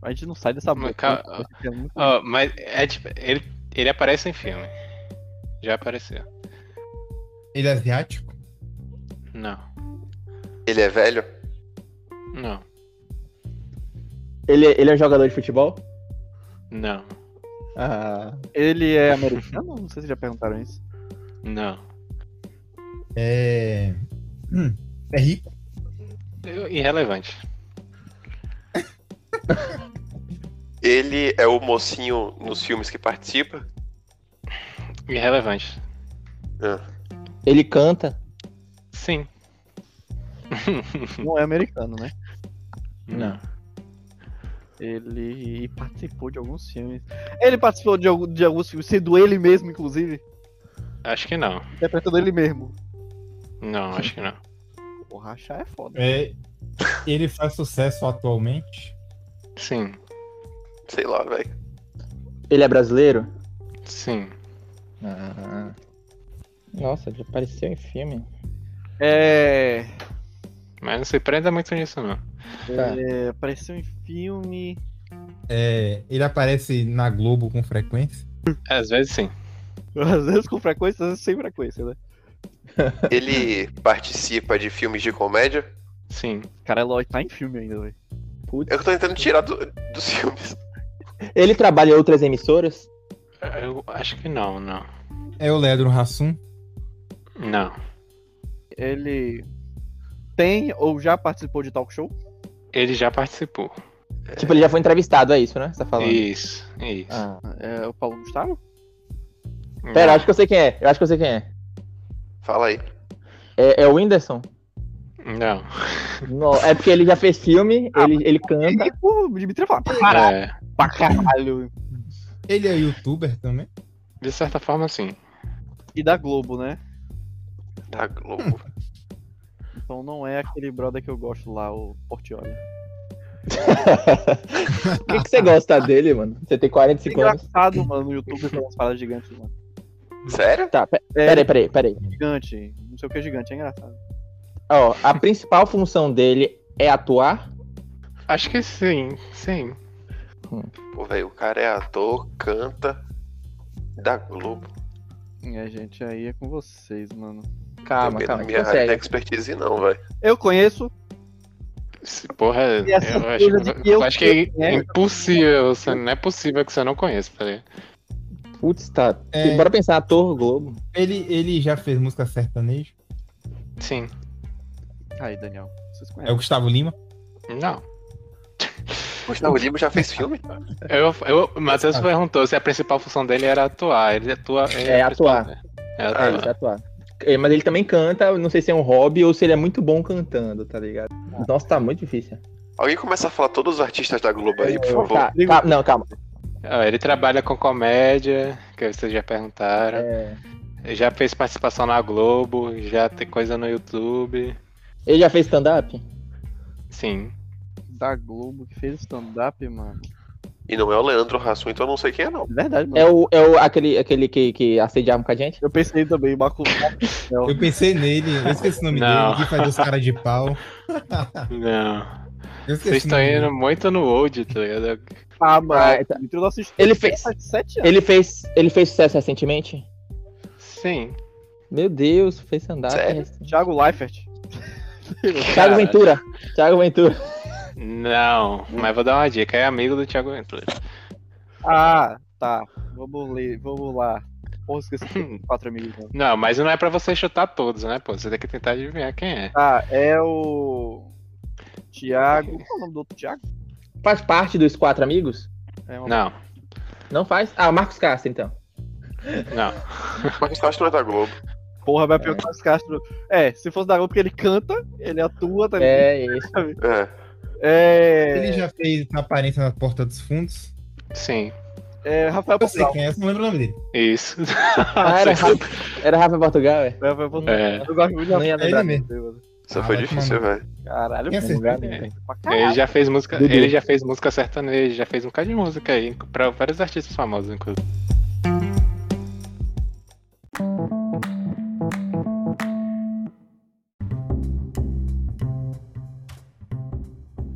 Speaker 4: A gente não sai dessa
Speaker 1: Mas,
Speaker 4: boca,
Speaker 1: cara,
Speaker 4: né? É muito-
Speaker 1: Ó, mas é tipo. Ele, ele aparece em filme. Já apareceu.
Speaker 5: ele é asiático?
Speaker 1: Não.
Speaker 2: Ele é velho?
Speaker 1: Não.
Speaker 3: Ele, ele é um jogador de futebol?
Speaker 1: Não.
Speaker 3: Ah.
Speaker 4: Ele é americano? Não sei se já perguntaram isso.
Speaker 1: Não.
Speaker 5: É... hum, é rico?
Speaker 1: Eu- Irrelevante.
Speaker 2: Ele é o mocinho nos filmes que participa?
Speaker 1: Irrelevante.
Speaker 3: Ele canta?
Speaker 1: Sim.
Speaker 4: Não é americano, né?
Speaker 3: Não.
Speaker 4: Ele participou de alguns filmes. Ele participou de, algum- de alguns filmes, sendo ele mesmo, inclusive.
Speaker 1: Acho que não.
Speaker 4: Interpretando É ele mesmo.
Speaker 1: Não, acho que não.
Speaker 4: Porra, achar é foda.
Speaker 5: É... Ele faz sucesso atualmente?
Speaker 1: Sim.
Speaker 2: Sei lá, velho.
Speaker 3: Ele é brasileiro?
Speaker 1: Sim.
Speaker 3: Ah. Nossa, já apareceu em filme.
Speaker 4: É.
Speaker 1: Mas não se prenda muito nisso, não.
Speaker 3: Tá.
Speaker 4: é, apareceu em filme.
Speaker 5: É... Ele aparece na Globo com frequência?
Speaker 1: Às vezes sim.
Speaker 4: Às vezes com frequência, às vezes sem frequência, né?
Speaker 2: Ele participa de filmes de comédia?
Speaker 1: Sim.
Speaker 4: Cara, Eloy tá em filme ainda, velho.
Speaker 3: Putz.
Speaker 2: Eu tô tentando tirar do- dos filmes.
Speaker 3: Ele trabalha em outras emissoras?
Speaker 1: Eu acho que não, não.
Speaker 5: É o Leandro Hassum?
Speaker 1: Não.
Speaker 4: Ele tem ou já participou de talk show?
Speaker 1: Ele já participou.
Speaker 3: Tipo, ele já foi entrevistado, é isso, né? Você tá falando?
Speaker 1: Isso, isso.
Speaker 3: Ah.
Speaker 4: É o Paulo Gustavo?
Speaker 1: Não.
Speaker 3: Pera, acho que eu sei quem é. Eu acho que eu sei quem é.
Speaker 2: Fala aí.
Speaker 3: É, é o Whindersson?
Speaker 1: Não.
Speaker 3: Não, é porque ele já fez filme,
Speaker 2: Ah,
Speaker 3: ele, ele canta.
Speaker 4: E, pô, o Dimitri fala pra caralho,
Speaker 1: É,
Speaker 4: É, tá. pra caralho.
Speaker 5: Ele é youtuber também?
Speaker 1: É, de certa forma, sim.
Speaker 4: E da Globo, né?
Speaker 2: Da Globo.
Speaker 4: Então não é aquele brother que eu gosto lá, o Portioli.
Speaker 3: Por que, que você gosta dele, mano? Você tem 45 anos.
Speaker 4: É Engraçado, mano, no YouTube tem umas paradas gigantes, mano.
Speaker 2: Sério?
Speaker 3: Tá, pe-
Speaker 4: É,
Speaker 3: peraí, peraí, peraí.
Speaker 4: gigante. Não sei o que é gigante, é engraçado.
Speaker 3: Ó, a principal função dele é atuar.
Speaker 1: Acho que sim, sim.
Speaker 2: Pô, velho, o cara é ator, canta. Da Globo.
Speaker 4: É, gente, aí é com vocês, mano.
Speaker 3: Calma,
Speaker 2: Também
Speaker 3: Ah, calma,
Speaker 2: não
Speaker 3: que
Speaker 2: minha área de
Speaker 3: consegue.
Speaker 2: expertise, não, velho.
Speaker 4: Eu conheço.
Speaker 1: Se- Porra,
Speaker 4: E essa
Speaker 1: eu acho,
Speaker 4: coisa de que eu
Speaker 1: eu acho que é
Speaker 4: conheço-
Speaker 1: impossível. Você, não é possível que você não conheça, tá ligado?
Speaker 2: né?
Speaker 3: Putz, tá.
Speaker 5: É.
Speaker 3: Bora pensar, ator Globo.
Speaker 5: Ele, ele já fez música sertaneja?
Speaker 1: Sim.
Speaker 4: Aí, Daniel, vocês
Speaker 5: É o
Speaker 4: conhecem.
Speaker 5: Gustavo Lima?
Speaker 1: Não.
Speaker 2: Gustavo Lima já fez filme?
Speaker 1: Eu, eu, o Matheus perguntou se a principal função dele era atuar. Ele atua. ele
Speaker 3: É
Speaker 1: a principal- É
Speaker 2: Ah.
Speaker 3: É,
Speaker 1: atuar.
Speaker 3: isso, é atuar. É, mas ele também canta, eu não sei se é um hobby ou se ele é muito bom cantando, tá ligado? Nossa, tá muito difícil.
Speaker 2: Alguém começa a falar todos os artistas da Globo aí, por favor.
Speaker 3: Tá, tá, não, calma.
Speaker 1: Ah, ele trabalha com comédia, que vocês já perguntaram.
Speaker 3: É,
Speaker 1: Já fez participação na Globo, já tem coisa no YouTube.
Speaker 3: Ele já fez stand-up?
Speaker 1: Sim.
Speaker 4: Da Globo que fez stand-up, mano.
Speaker 2: E não é o Leandro Hassum, então eu não sei quem é, não.
Speaker 4: É verdade, mano.
Speaker 3: É o, é o aquele, aquele que, que assediava com a gente?
Speaker 4: Eu pensei também, Maculado.
Speaker 5: Eu pensei nele, eu esqueci o nome
Speaker 1: Não.
Speaker 5: dele, que faz os caras de pau.
Speaker 1: Não.
Speaker 5: Eu esqueci
Speaker 1: Vocês
Speaker 5: o
Speaker 1: estão
Speaker 5: nome dele.
Speaker 1: indo muito no old, tá ligado?
Speaker 4: Ah, mano.
Speaker 3: tá.
Speaker 4: Entrou nosso estúdio
Speaker 3: Ele fez-
Speaker 4: há sete anos.
Speaker 3: Ele fez, ele fez sucesso recentemente?
Speaker 1: Sim.
Speaker 3: Meu Deus, fez stand-up.
Speaker 2: Sério?
Speaker 3: recente.
Speaker 4: Thiago Leifert.
Speaker 3: Thiago
Speaker 1: Cara.
Speaker 3: Ventura. Thiago Ventura.
Speaker 1: Não, mas vou dar uma dica. É amigo do Thiago Ventura.
Speaker 4: Ah, tá. Vamos ler, vamos lá. Porra, esqueci que tem quatro amigos. Né?
Speaker 1: Não, mas não é pra você chutar todos, né, pô? Você tem que tentar adivinhar quem é.
Speaker 4: Tá, é o. Thiago. Qual é o nome do outro Thiago?
Speaker 3: Faz parte dos quatro amigos?
Speaker 4: É uma...
Speaker 1: Não,
Speaker 3: Não faz? Ah, o Marcos Castro, então.
Speaker 1: não.
Speaker 2: Marcos Castro não é da Globo.
Speaker 4: Porra, vai piorar os Castro. É, se fosse da Globo, porque ele canta, ele atua, tá ligado?
Speaker 3: É isso.
Speaker 2: É.
Speaker 4: É.
Speaker 5: Ele já fez na aparência na Porta dos Fundos.
Speaker 1: Sim.
Speaker 4: é Rafael
Speaker 5: Eu sei
Speaker 4: Portugal.
Speaker 5: quem é, só não lembro o nome dele.
Speaker 1: Isso.
Speaker 3: Ah, era, Rafa, era Rafa Portugal, é?
Speaker 4: Rafael Portugal.
Speaker 1: É.
Speaker 4: Eu gosto muito de
Speaker 3: Não ia
Speaker 4: Rafael
Speaker 5: lembrar.
Speaker 4: Portugal, mano.
Speaker 2: Isso
Speaker 5: Ah,
Speaker 2: foi
Speaker 5: vai
Speaker 2: difícil, velho.
Speaker 4: Caralho,
Speaker 5: Quem
Speaker 4: mano.
Speaker 5: acertou?
Speaker 4: pra caralho.
Speaker 1: Ele já fez música.
Speaker 3: Dudu.
Speaker 1: Ele já fez música sertaneja, já fez um bocado de música aí, pra vários artistas famosos, inclusive.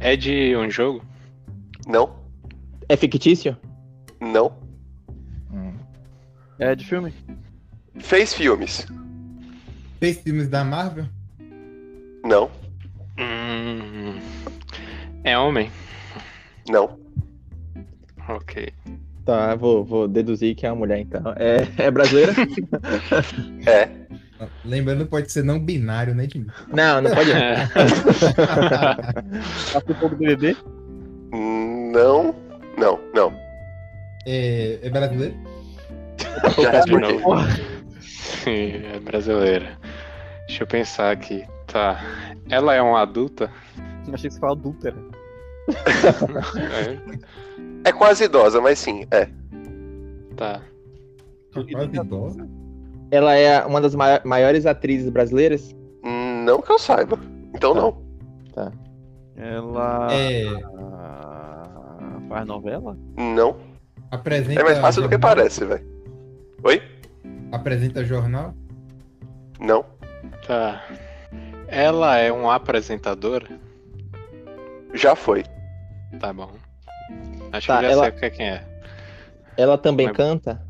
Speaker 1: É de um jogo?
Speaker 2: Não,
Speaker 3: É fictício?
Speaker 2: não.
Speaker 4: É de filme?
Speaker 2: Fez filmes.
Speaker 5: Fez filmes da Marvel?
Speaker 2: Não,
Speaker 1: Hum, é homem?
Speaker 2: não.
Speaker 1: Ok.
Speaker 3: Tá, vou, vou deduzir que é uma mulher, então. É, é brasileira?
Speaker 2: É.
Speaker 5: Lembrando, pode ser não binário, né, Edmilson?
Speaker 3: não, não pode.
Speaker 4: Participou um do BBB?
Speaker 2: Não. Não, não.
Speaker 5: É, é brasileiro?
Speaker 2: Já é
Speaker 1: de
Speaker 2: respondi.
Speaker 1: novo. Sim, é brasileira. Deixa eu pensar aqui. Tá. Ela é uma adulta?
Speaker 4: Achei que você né? falava adúltera.
Speaker 1: É,
Speaker 2: É quase idosa, mas sim, é.
Speaker 1: tá.
Speaker 5: Quase idosa?
Speaker 3: Ela é uma das mai- maiores atrizes brasileiras?
Speaker 2: Não que eu saiba.
Speaker 3: Tá.
Speaker 2: Então não. tá.
Speaker 4: Ela.
Speaker 5: É,
Speaker 4: Ah, faz novela?
Speaker 2: Não.
Speaker 5: apresenta...
Speaker 2: É mais
Speaker 3: Então,
Speaker 2: fácil do que
Speaker 5: jornal?
Speaker 2: parece, velho. Oi?
Speaker 5: Apresenta jornal?
Speaker 2: Não.
Speaker 1: Tá. Ela é uma apresentadora?
Speaker 2: Já foi.
Speaker 1: Tá bom. Acho
Speaker 3: Tá,
Speaker 1: que eu já
Speaker 3: ela-
Speaker 1: sei o que é quem é.
Speaker 3: Ela também
Speaker 1: Mas-
Speaker 3: canta?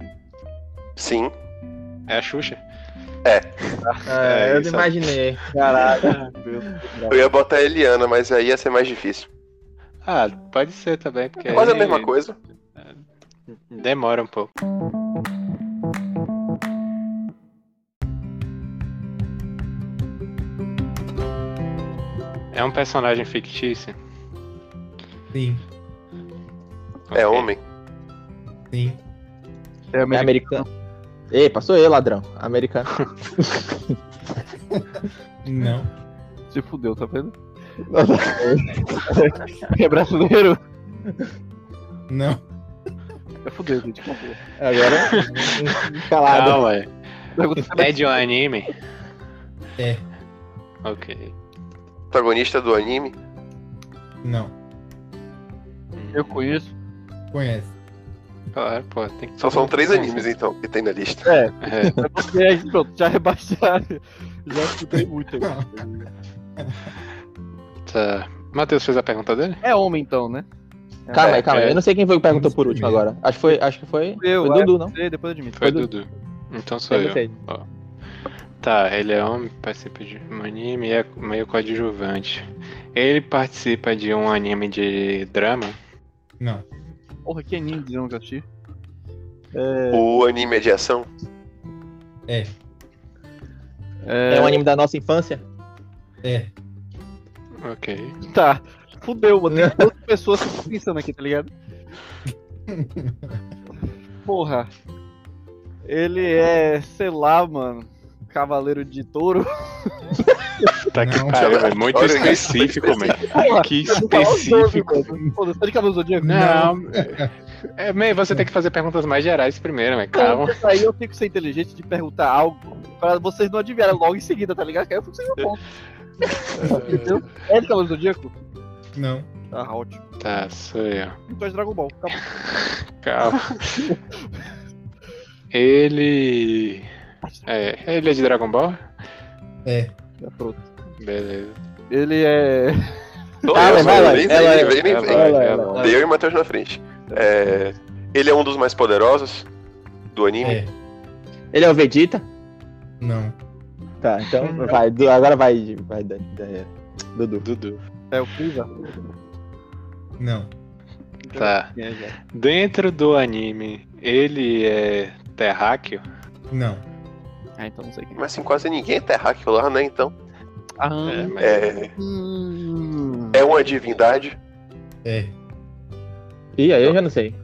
Speaker 2: Sim.
Speaker 1: É a Xuxa?
Speaker 3: Ah,
Speaker 2: É,
Speaker 3: eu
Speaker 2: isso aí.
Speaker 3: imaginei.
Speaker 4: Caralho, meu Deus.
Speaker 2: Eu ia botar a Eliana, mas aí ia ser mais difícil.
Speaker 1: Ah, pode ser também, porque
Speaker 2: É quase a
Speaker 1: aí
Speaker 2: mesma coisa.
Speaker 1: demora um pouco. É um personagem fictício?
Speaker 5: Sim,
Speaker 1: Ok.
Speaker 2: É homem.
Speaker 5: sim.
Speaker 4: É
Speaker 3: É
Speaker 4: americano.
Speaker 3: americano. Ei, passou eu, ladrão. Americano.
Speaker 5: Não.
Speaker 4: Se fudeu, tá vendo? é brasileiro?
Speaker 5: Não.
Speaker 4: É fudeu, gente. fudeu.
Speaker 3: Agora, calado.
Speaker 1: Calma, é.
Speaker 4: Pergunta se é
Speaker 1: É de um anime?
Speaker 5: É.
Speaker 1: Ok.
Speaker 2: Protagonista do anime.
Speaker 5: Não.
Speaker 4: Eu conheço.
Speaker 5: Conhece.
Speaker 1: Claro, pô, tem que um
Speaker 2: Só são três animes, então, que tem na lista.
Speaker 4: É,
Speaker 1: É,
Speaker 4: é porque aí, pronto, já rebaixaram. Já escutei muito. aí.
Speaker 1: tá. Matheus fez a pergunta dele?
Speaker 4: É homem, então, né?
Speaker 3: Calma
Speaker 1: É,
Speaker 3: aí, calma aí.
Speaker 1: é.
Speaker 3: Eu não sei quem foi que perguntou por último
Speaker 5: Primeiro.
Speaker 3: agora. Acho que foi, acho que foi,
Speaker 4: Eu,
Speaker 3: foi
Speaker 4: é.
Speaker 3: Dudu, não?
Speaker 4: Você depois admite.
Speaker 1: Foi
Speaker 3: Foi Dudu.
Speaker 1: Dudu. Então sou eu.
Speaker 3: Sei.
Speaker 1: Tá, ele é homem, participa de um anime e é meio coadjuvante. Ele participa de um anime de drama?
Speaker 5: Não.
Speaker 4: Porra, que anime de que eu assisti.
Speaker 2: O anime é de ação.
Speaker 5: É,
Speaker 3: É um
Speaker 4: É,
Speaker 3: anime da nossa infância?
Speaker 5: é.
Speaker 1: Ok.
Speaker 4: tá. Fudeu, mano. Tem duas pessoas pensando aqui, tá ligado? Porra. Ele é, sei lá, mano. Cavaleiro de touro.
Speaker 1: Tá que
Speaker 5: Não.
Speaker 1: pariu, velho. Muito
Speaker 2: Olha,
Speaker 1: específico, mano.
Speaker 4: Porra, tá
Speaker 1: Que
Speaker 4: eu vou falar os doze,
Speaker 1: específico.
Speaker 4: mano. Foda-se, tá de cabelo zodíaco?
Speaker 1: Não. É, meio, você tem que fazer perguntas mais gerais primeiro, mas calma.
Speaker 4: Então, Aí eu fico sem inteligente de perguntar algo pra vocês não adivinharem logo em seguida, tá ligado? Que Aí eu fico sem meu ponto. Entendeu? É de cabelo zodíaco?
Speaker 5: Não.
Speaker 4: Ah, ótimo.
Speaker 1: Tá, sou eu.
Speaker 4: Então é de Dragon Ball. Acabou.
Speaker 1: Calma. Ele. É, ele é de Dragon Ball?
Speaker 5: É.
Speaker 4: É pronto.
Speaker 1: Beleza.
Speaker 4: Ele é.
Speaker 2: Tô
Speaker 3: Vai,
Speaker 2: eu,
Speaker 3: vai,
Speaker 2: eu
Speaker 3: vai.
Speaker 2: nem
Speaker 3: Ela
Speaker 2: vem,
Speaker 3: é-
Speaker 2: nem vem, nem
Speaker 1: ela
Speaker 2: vem.
Speaker 1: é-
Speaker 2: Deu e o Matheus na frente. É, ele é um dos mais poderosos do anime.
Speaker 5: É.
Speaker 3: Ele é o Vegeta?
Speaker 5: Não.
Speaker 3: Tá, então vai. Du- Agora vai, vai é. Dani, Dani, Dudu.
Speaker 1: Dudu.
Speaker 4: É o Freeza.
Speaker 5: Não.
Speaker 1: Tá.
Speaker 4: É, já.
Speaker 1: Dentro do anime, ele é terráqueo?
Speaker 5: Não.
Speaker 4: Ah, então não sei quem. é.
Speaker 2: Mas assim, quase ninguém é terráqueo lá, né? Então.
Speaker 4: Ah,
Speaker 1: É, mas-
Speaker 2: É,
Speaker 4: hum.
Speaker 2: é uma divindade.
Speaker 5: É.
Speaker 3: Ih, aí eu já não sei.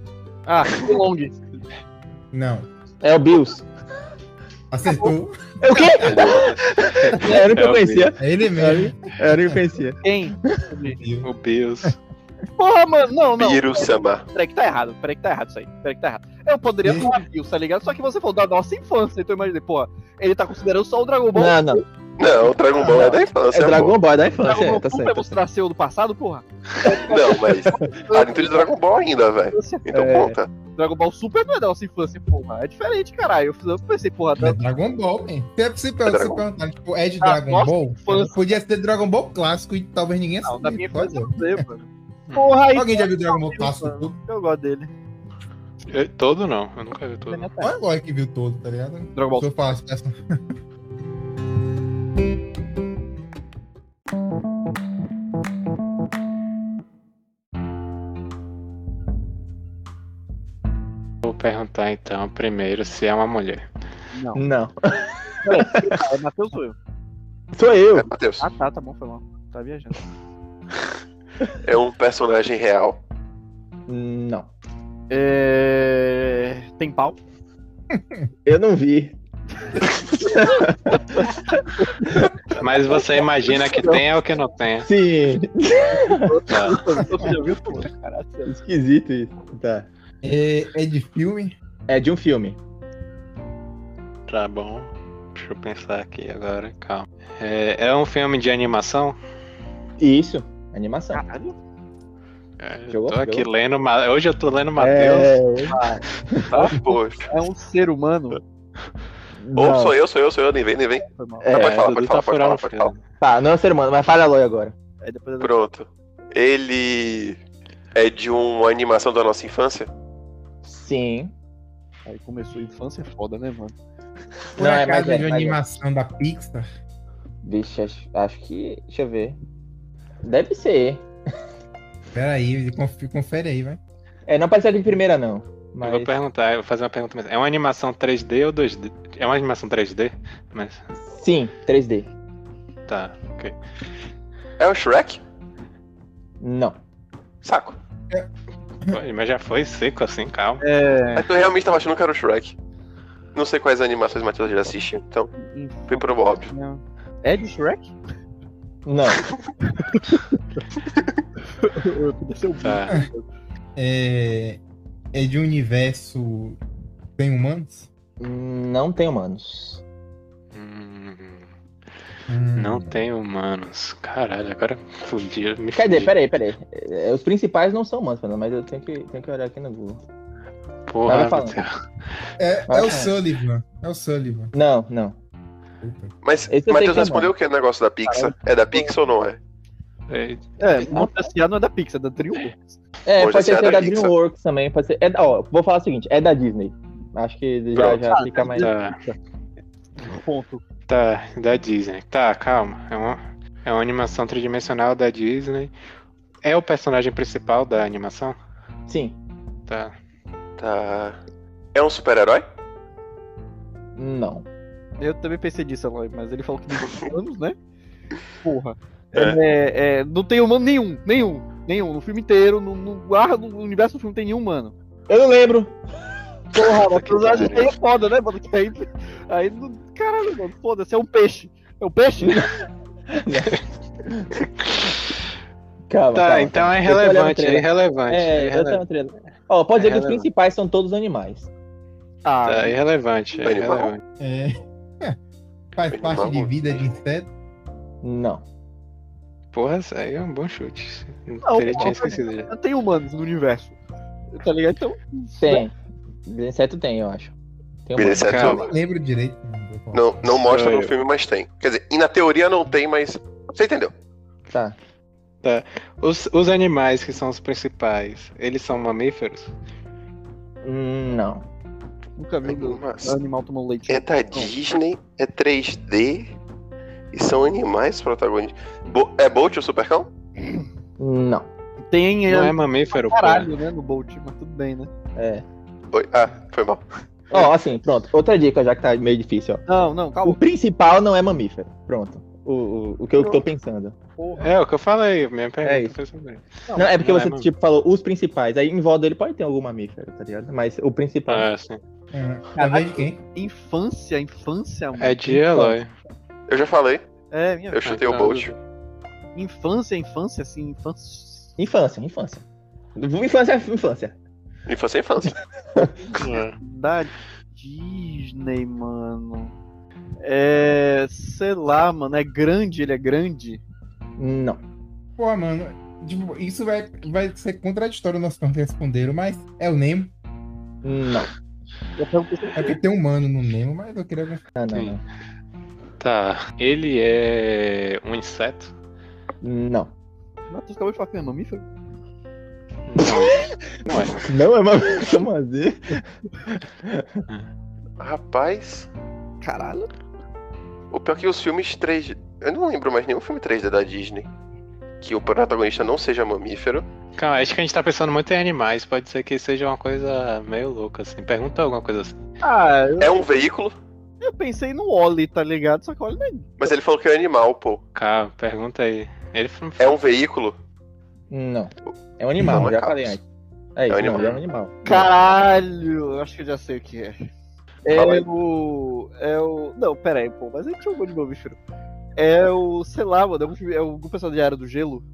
Speaker 4: ah o Long.
Speaker 5: Não.
Speaker 3: É o Bills.
Speaker 5: Acertou.
Speaker 3: É o quê? É, eu nunca
Speaker 1: É o
Speaker 3: conhecia.
Speaker 5: É ele mesmo.
Speaker 3: É, eu nunca conhecia.
Speaker 4: Quem?
Speaker 1: O Bills.
Speaker 4: Porra, mano. Não, não.
Speaker 2: Biru Sama.
Speaker 4: Peraí que tá errado, peraí que tá errado isso aí, peraí que tá errado. Eu poderia
Speaker 5: Ih.
Speaker 4: falar Bills, tá ligado? Só que você falou da nossa infância, então eu imaginei, pô, ele tá considerando só o Dragon Ball.
Speaker 3: Não, não.
Speaker 2: Não, o Dragon Ball é da infância.
Speaker 3: É
Speaker 2: amor.
Speaker 3: Dragon Ball da infância,
Speaker 4: Dragon
Speaker 3: é,
Speaker 4: Ball
Speaker 3: tá
Speaker 4: Puta,
Speaker 3: certo. Tá
Speaker 4: você
Speaker 3: certo.
Speaker 4: nasceu do passado, porra?
Speaker 2: Não, mas. Tá dentro de Dragon Ball ainda, velho.
Speaker 4: Infância.
Speaker 2: Então
Speaker 3: É.
Speaker 2: conta.
Speaker 4: Dragon Ball Super não é da nossa infância, porra. É diferente, caralho. Eu fiz- Eu pensei, porra,
Speaker 5: É
Speaker 4: da
Speaker 5: Dragon Ball, hein? Se é se- se
Speaker 2: Dragon
Speaker 5: perguntar, tipo, é de
Speaker 4: Ah,
Speaker 5: Dragon
Speaker 4: nossa,
Speaker 5: Ball?
Speaker 4: infância.
Speaker 5: Podia ser Dragon Ball clássico e talvez ninguém
Speaker 4: não, da minha
Speaker 5: sabia. Pode
Speaker 4: infância eu
Speaker 5: ser.
Speaker 4: não sei, mano. Porra, aí.
Speaker 5: Alguém já viu Dragon Ball
Speaker 4: eu-
Speaker 5: clássico?
Speaker 4: Eu gosto dele.
Speaker 1: Eu- todo não, eu nunca vi todo. não.
Speaker 5: Olha agora que viu todo, tá ligado?
Speaker 4: Dragon Ball
Speaker 5: Se eu falasse essa.
Speaker 1: Vou perguntar então primeiro se é uma mulher.
Speaker 4: Não.
Speaker 3: Não.
Speaker 4: É Matheus sou eu.
Speaker 3: Sou eu.
Speaker 2: É, Matheus.
Speaker 4: Ah, tá, tá bom, foi mal. Tá viajando.
Speaker 2: É um personagem real.
Speaker 3: Não.
Speaker 4: É... Tem pau?
Speaker 3: Eu não vi.
Speaker 1: Mas você imagina que tenha ou que não tenha.
Speaker 3: Sim,
Speaker 1: Tá.
Speaker 4: Você é já viu, porra? Caralho.
Speaker 3: esquisito isso. Tá.
Speaker 5: É, é de filme?
Speaker 3: É de um filme.
Speaker 1: Tá bom. Deixa eu pensar aqui agora, calma. É, é um filme de animação?
Speaker 3: Isso. Animação.
Speaker 4: Caralho.
Speaker 1: É, eu
Speaker 3: Jogou,
Speaker 1: tô aqui
Speaker 3: jogou.
Speaker 1: lendo. Ma- Hoje eu tô lendo Matheus.
Speaker 2: Tá? Poxa.
Speaker 4: É um ser humano?
Speaker 2: Ou
Speaker 3: não.
Speaker 2: sou eu, sou eu, sou eu, nem vem, nem vem.
Speaker 4: Foi mal.
Speaker 3: É,
Speaker 2: Não, pode falar,
Speaker 1: Dudu
Speaker 2: pode
Speaker 1: tá
Speaker 2: falar, pode
Speaker 1: furando
Speaker 2: falar,
Speaker 1: o
Speaker 2: pode
Speaker 1: filme.
Speaker 2: falar.
Speaker 3: Tá, não é um ser humano, mas fala logo agora.
Speaker 4: Aí depois eu...
Speaker 2: Pronto. Ele é de uma animação da nossa infância?
Speaker 3: Sim.
Speaker 4: Aí começou a infância é foda, né, mano?
Speaker 5: Por
Speaker 3: Não, é mais
Speaker 5: acaso é,
Speaker 3: velho,
Speaker 5: de
Speaker 3: mais
Speaker 5: animação da Pixar?
Speaker 3: Vixe, acho, acho que. Deixa eu ver. Deve ser.
Speaker 5: Pera aí, conf- confere aí, vai.
Speaker 3: É, não apareceu aqui de primeira, não.
Speaker 1: Eu
Speaker 3: Mas.
Speaker 1: vou perguntar, eu vou fazer uma pergunta mesmo. É uma animação 3D ou 2D? É uma animação 3D? Mas.
Speaker 3: Sim, 3D.
Speaker 1: Tá, ok.
Speaker 2: É o Shrek?
Speaker 3: Não.
Speaker 2: Saco.
Speaker 1: Pô, Mas já foi seco assim, calma.
Speaker 4: É.
Speaker 2: Mas eu realmente tava achando que era o Shrek. Não sei quais animações o Matheus já assistiu, então fui pro óbvio.
Speaker 4: É de Shrek?
Speaker 3: Não.
Speaker 4: Seu
Speaker 1: Tá.
Speaker 5: É, é de um universo sem humanos?
Speaker 3: não tem humanos.
Speaker 1: Hum,
Speaker 5: Hum,
Speaker 1: não tem humanos. Caralho, agora fudi. Me
Speaker 3: Quer dizer,
Speaker 1: fudi.
Speaker 3: peraí, peraí. É, Os principais não são humanos, mas eu tenho que, tenho que olhar aqui no Google.
Speaker 1: Porra,
Speaker 3: Vai falando.
Speaker 1: meu Deus.
Speaker 5: É, é
Speaker 3: Vai,
Speaker 5: o
Speaker 3: cara.
Speaker 5: Sullivan. É o Sullivan.
Speaker 3: Não, não.
Speaker 5: Puta.
Speaker 2: Mas
Speaker 3: Esse eu sei
Speaker 2: Matheus
Speaker 3: que é Ah,
Speaker 2: respondeu o que negócio da Pixar? É da Pixar ou não é?
Speaker 1: É,
Speaker 4: É, Monstro S.A. não é da Pixar, é da DreamWorks.
Speaker 3: É,
Speaker 2: Hoje
Speaker 3: pode
Speaker 2: esse é
Speaker 3: ser
Speaker 2: da
Speaker 3: da
Speaker 2: Pixar.
Speaker 3: DreamWorks também, pode ser. É da, ó, vou falar o seguinte, é da Disney. Acho que já,
Speaker 2: Pronto.
Speaker 3: já
Speaker 4: Ah,
Speaker 3: fica mais.
Speaker 1: Tá,
Speaker 4: Ponto.
Speaker 1: tá, da Disney. Tá, calma. É uma, é uma animação tridimensional da Disney. É o personagem principal da animação?
Speaker 3: Sim.
Speaker 1: Tá.
Speaker 2: Tá. É um super-herói?
Speaker 3: Não.
Speaker 4: Eu também pensei nisso, Eloy, mas ele falou que não tem humanos, né? Porra.
Speaker 2: É.
Speaker 4: É, é, não tem humano nenhum, nenhum, nenhum. No filme inteiro, no, no, ah, no universo do filme não tem nenhum humano.
Speaker 3: Eu não lembro.
Speaker 4: Porra, mas tu
Speaker 1: pariu.
Speaker 4: acha que é foda, né, mano? Que aí, aí não- caralho, mano, foda-se, é um peixe. É um peixe?
Speaker 3: Calma,
Speaker 1: Tá,
Speaker 3: calma,
Speaker 1: então é
Speaker 3: Eu tô olhando o
Speaker 1: irrelevante, é
Speaker 3: trailer.
Speaker 1: irrelevante.
Speaker 3: É,
Speaker 1: É
Speaker 3: eu
Speaker 1: irrelevante.
Speaker 3: tenho treta. Ó, pode dizer que os
Speaker 1: relevante.
Speaker 3: principais são todos animais.
Speaker 4: Ah,
Speaker 1: Tá, irrelevante, é
Speaker 2: Animal.
Speaker 1: irrelevante.
Speaker 5: É. Faz parte de vida de inseto.
Speaker 3: Não.
Speaker 1: Porra, isso aí é um bom chute. Não,
Speaker 4: Não,
Speaker 1: teria, tinha
Speaker 4: porra.
Speaker 1: esquecido já.
Speaker 4: não tem humanos no universo. Tá ligado? Então.
Speaker 3: Tem. Inseto tem, eu acho. Tem um
Speaker 2: Vida de
Speaker 3: monte.
Speaker 2: inseto.
Speaker 5: Eu
Speaker 1: Calma.
Speaker 5: nem lembro direito. mano, do qual.
Speaker 2: é Não, não mostra
Speaker 1: Eu-
Speaker 2: no filme, mas tem. Quer dizer, e na teoria não tem, mas. Você entendeu?
Speaker 3: Tá.
Speaker 1: Os, os animais que são os principais, eles são mamíferos?
Speaker 3: Hum, Não.
Speaker 4: Nunca vi do
Speaker 2: Nossa.
Speaker 4: do animal tomando leite.
Speaker 2: É da Disney, é 3D e são animais protagonistas. Bo- é Bolt o Supercão?
Speaker 3: Não.
Speaker 4: Tem
Speaker 1: Não é
Speaker 4: é,
Speaker 1: mamífero, porra.
Speaker 4: caralho, né? No Bolt, mas tudo bem, né?
Speaker 3: É.
Speaker 2: Oi? Ah, foi mal.
Speaker 3: Ó, assim, pronto. Outra dica, já que tá meio difícil, ó.
Speaker 4: Não, não,
Speaker 3: O
Speaker 4: calma,
Speaker 3: principal não é mamífero. Pronto. O, o, o que eu tô pensando.
Speaker 4: porra.
Speaker 1: É o que eu falei, minha
Speaker 3: É
Speaker 1: pergunta
Speaker 3: isso.
Speaker 1: foi sobre isso.
Speaker 3: Não, é porque
Speaker 1: não é
Speaker 3: você,
Speaker 1: mamífero.
Speaker 3: tipo, falou os principais. Aí em volta dele pode ter algum mamífero, tá ligado? Mas o principal.
Speaker 1: Ah, sim.
Speaker 5: É, a vez de quem?
Speaker 4: Infância, infância, mano.
Speaker 1: É de Eloy.
Speaker 2: Eu já falei,
Speaker 4: É, minha
Speaker 2: eu Então, chutei o
Speaker 1: então-
Speaker 2: Bolt.
Speaker 4: infância, infância, assim, infância.
Speaker 3: Infância, infância. Infância é infância.
Speaker 2: Infância é infância.
Speaker 1: É.
Speaker 4: da Disney, mano. É. Sei lá, mano. É grande, ele é grande.
Speaker 3: Não.
Speaker 5: Pô, mano. tipo, isso vai, vai ser contraditório nós não responderam, mas é o Nemo.
Speaker 3: Não.
Speaker 4: Eu perguntei se-
Speaker 5: É porque tem humano no Nemo, mas eu queria.
Speaker 3: Não, não,
Speaker 1: Sim. Tá. Ele é um inseto?
Speaker 3: não. Não.
Speaker 4: Matheus acabou de falar que ele é mamífero?
Speaker 1: Não. Não é.
Speaker 3: Não é mamífero, como assim?
Speaker 2: Rapaz,
Speaker 4: Caralho.
Speaker 2: o pior é que os filmes 3D. Eu não lembro mais nenhum filme 3D da Disney que o protagonista não seja mamífero.
Speaker 1: Calma, acho que a gente tá pensando muito em animais. Pode ser que seja uma coisa meio louca, assim. Pergunta alguma coisa assim.
Speaker 4: Ah, eu,
Speaker 2: É um veículo,
Speaker 4: eu pensei no Oli, tá ligado? Só que o Oli não é.
Speaker 2: mas ele falou que é animal, pô.
Speaker 1: Calma, pergunta aí. Ele foi...
Speaker 2: É um veículo?
Speaker 3: Não. É um animal,
Speaker 2: Não, é
Speaker 3: já
Speaker 2: caos.
Speaker 3: falei antes. É isso,
Speaker 2: um
Speaker 3: não,
Speaker 2: animal.
Speaker 3: é um animal.
Speaker 4: Caralho! Eu acho que eu já sei o que é.
Speaker 2: Fala aí.
Speaker 4: É o. É o. Não, pera aí, pô. Mas a gente chamou de mamífero. É o. Sei lá, mano. É o, filme- é o grupo pessoal de Era do Gelo.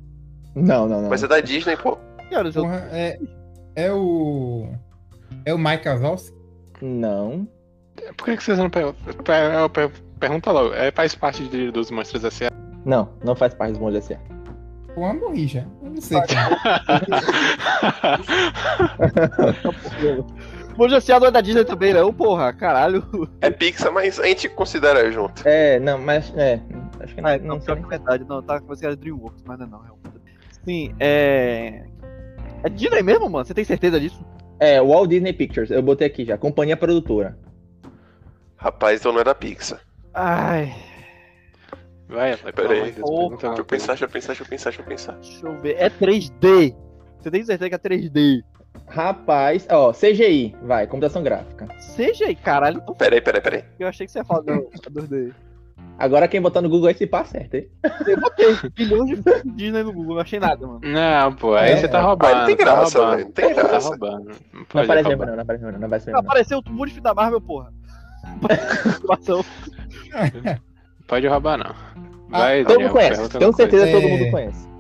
Speaker 3: Não, não, não.
Speaker 2: Mas é da Disney, pô.
Speaker 4: Que Era do Gelo.
Speaker 5: Porra, é, é o. É o Mike Wazowski?
Speaker 3: Não.
Speaker 1: é, Por que, que vocês não perguntam? Per- per- Pergunta logo. É, faz parte de- dos monstros assim, S.A.?
Speaker 3: Não, não faz parte dos monstros S.A.
Speaker 5: Porra, morri já. Eu não sei. Cara.
Speaker 4: Monge Aciá não é da Disney também, não, porra. Caralho.
Speaker 2: É Pixar, mas a gente considera junto.
Speaker 3: É, não, mas é. Acho que não, não, sei.
Speaker 4: pior que é verdade. Não, tá com que era Dreamworks, mas não é não. É um... Sim, é. É Disney mesmo, mano? Você tem certeza disso?
Speaker 3: É, Walt Disney Pictures, eu botei aqui já. Companhia produtora.
Speaker 2: Rapaz, então não é da Pixar.
Speaker 4: Ai.
Speaker 1: Vai, Eloy,
Speaker 2: Pera
Speaker 1: pelo
Speaker 2: aí.
Speaker 1: amor de Deus,
Speaker 4: Porra.
Speaker 1: pergunta
Speaker 2: Deixa
Speaker 1: alguma
Speaker 2: eu pensar, deixa eu pensar, deixa eu pensar, deixa eu pensar.
Speaker 4: Deixa eu ver. É 3D. Você tem certeza que é 3D?
Speaker 3: Rapaz, ó, CGI, vai, computação gráfica.
Speaker 4: Seja aí, caralho. Então,
Speaker 2: Peraí, peraí, peraí.
Speaker 4: eu achei que você ia falar não, é 2D.
Speaker 3: Agora quem botar no Google aí se pá, certo, hein?
Speaker 4: Eu botei bilhões de filmes Disney no Google, não achei nada, mano.
Speaker 1: Não, pô, aí
Speaker 5: É,
Speaker 1: você tá
Speaker 5: é.
Speaker 1: roubando.
Speaker 2: Ah, não tem
Speaker 1: tá
Speaker 2: graça,
Speaker 1: roubando,
Speaker 2: velho, não tem
Speaker 1: Tá
Speaker 2: graça.
Speaker 1: roubando. Não
Speaker 3: Não
Speaker 1: pode
Speaker 3: aparece mesmo,
Speaker 1: roubar.
Speaker 3: não, não aparece mesmo, não, não aparece mesmo. não.
Speaker 4: Apareceu o tumor de fita da Marvel, porra. Participação.
Speaker 1: Pode roubar, não. Vai,
Speaker 3: Todo
Speaker 1: Daniel,
Speaker 3: mundo Ah, então conhece,
Speaker 1: pergunta
Speaker 3: tenho
Speaker 1: alguma coisa.
Speaker 3: certeza que todo
Speaker 5: É.
Speaker 3: mundo conhece.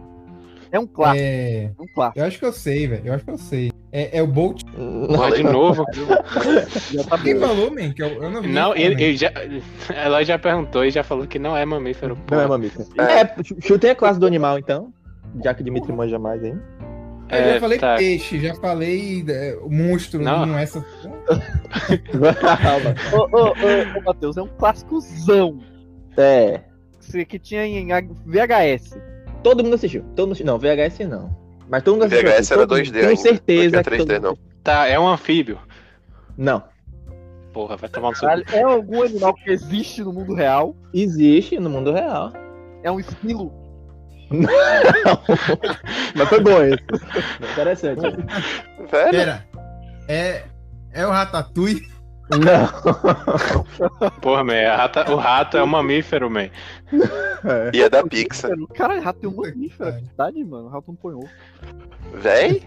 Speaker 4: é um clássico,
Speaker 5: É,
Speaker 4: é um clássico.
Speaker 5: eu acho que eu sei, velho. Eu acho que eu sei. É, é o Bolt.
Speaker 1: Porra, de novo.
Speaker 4: Já tá
Speaker 5: Quem
Speaker 4: bom.
Speaker 5: falou, man? Que eu, eu não vi.
Speaker 1: Não,
Speaker 5: isso,
Speaker 1: ele,
Speaker 5: man.
Speaker 1: ele já, ela já perguntou e já falou que não é mamífero. Pô.
Speaker 3: Não é mamífero.
Speaker 2: É.
Speaker 3: É, ch- chutei a classe do animal, então. Já que o Dimitri manja mais aí.
Speaker 5: Eu já falei
Speaker 1: tá.
Speaker 5: peixe, já falei é, o monstro,
Speaker 1: Não.
Speaker 5: não, é essa.
Speaker 3: Calma.
Speaker 4: Ô, ô, ô, ô, Matheus, é um clássicozão.
Speaker 3: É.
Speaker 4: Esse que tinha em VHS.
Speaker 3: Todo mundo assistiu. Todo mundo... assistiu. Não, VHS não. Mas todo mundo assistiu.
Speaker 2: VHS era
Speaker 3: Todo mundo-
Speaker 2: 2D
Speaker 3: Tenho
Speaker 2: ainda,
Speaker 3: certeza.
Speaker 2: não
Speaker 3: que
Speaker 2: tinha 3D
Speaker 3: todo mundo-
Speaker 1: Tá, é um anfíbio.
Speaker 3: Não.
Speaker 1: Porra, vai tomar um suco.
Speaker 4: Caralho, é algum animal que existe no mundo real?
Speaker 3: Existe no mundo real.
Speaker 4: É um esquilo?
Speaker 3: Mas foi bom esse. Interessante.
Speaker 2: não. Velho,
Speaker 5: Pera. É. É o Ratatouille?
Speaker 3: Não.
Speaker 1: Porra, man, a rata- o rato é um mamífero, man.
Speaker 3: É.
Speaker 2: e é da Pixar.
Speaker 4: Caralho, rato tem um
Speaker 5: Puta que
Speaker 4: mamífero, é
Speaker 5: pariu.
Speaker 4: verdade, mano. Rato não põe ovo.
Speaker 2: Véi?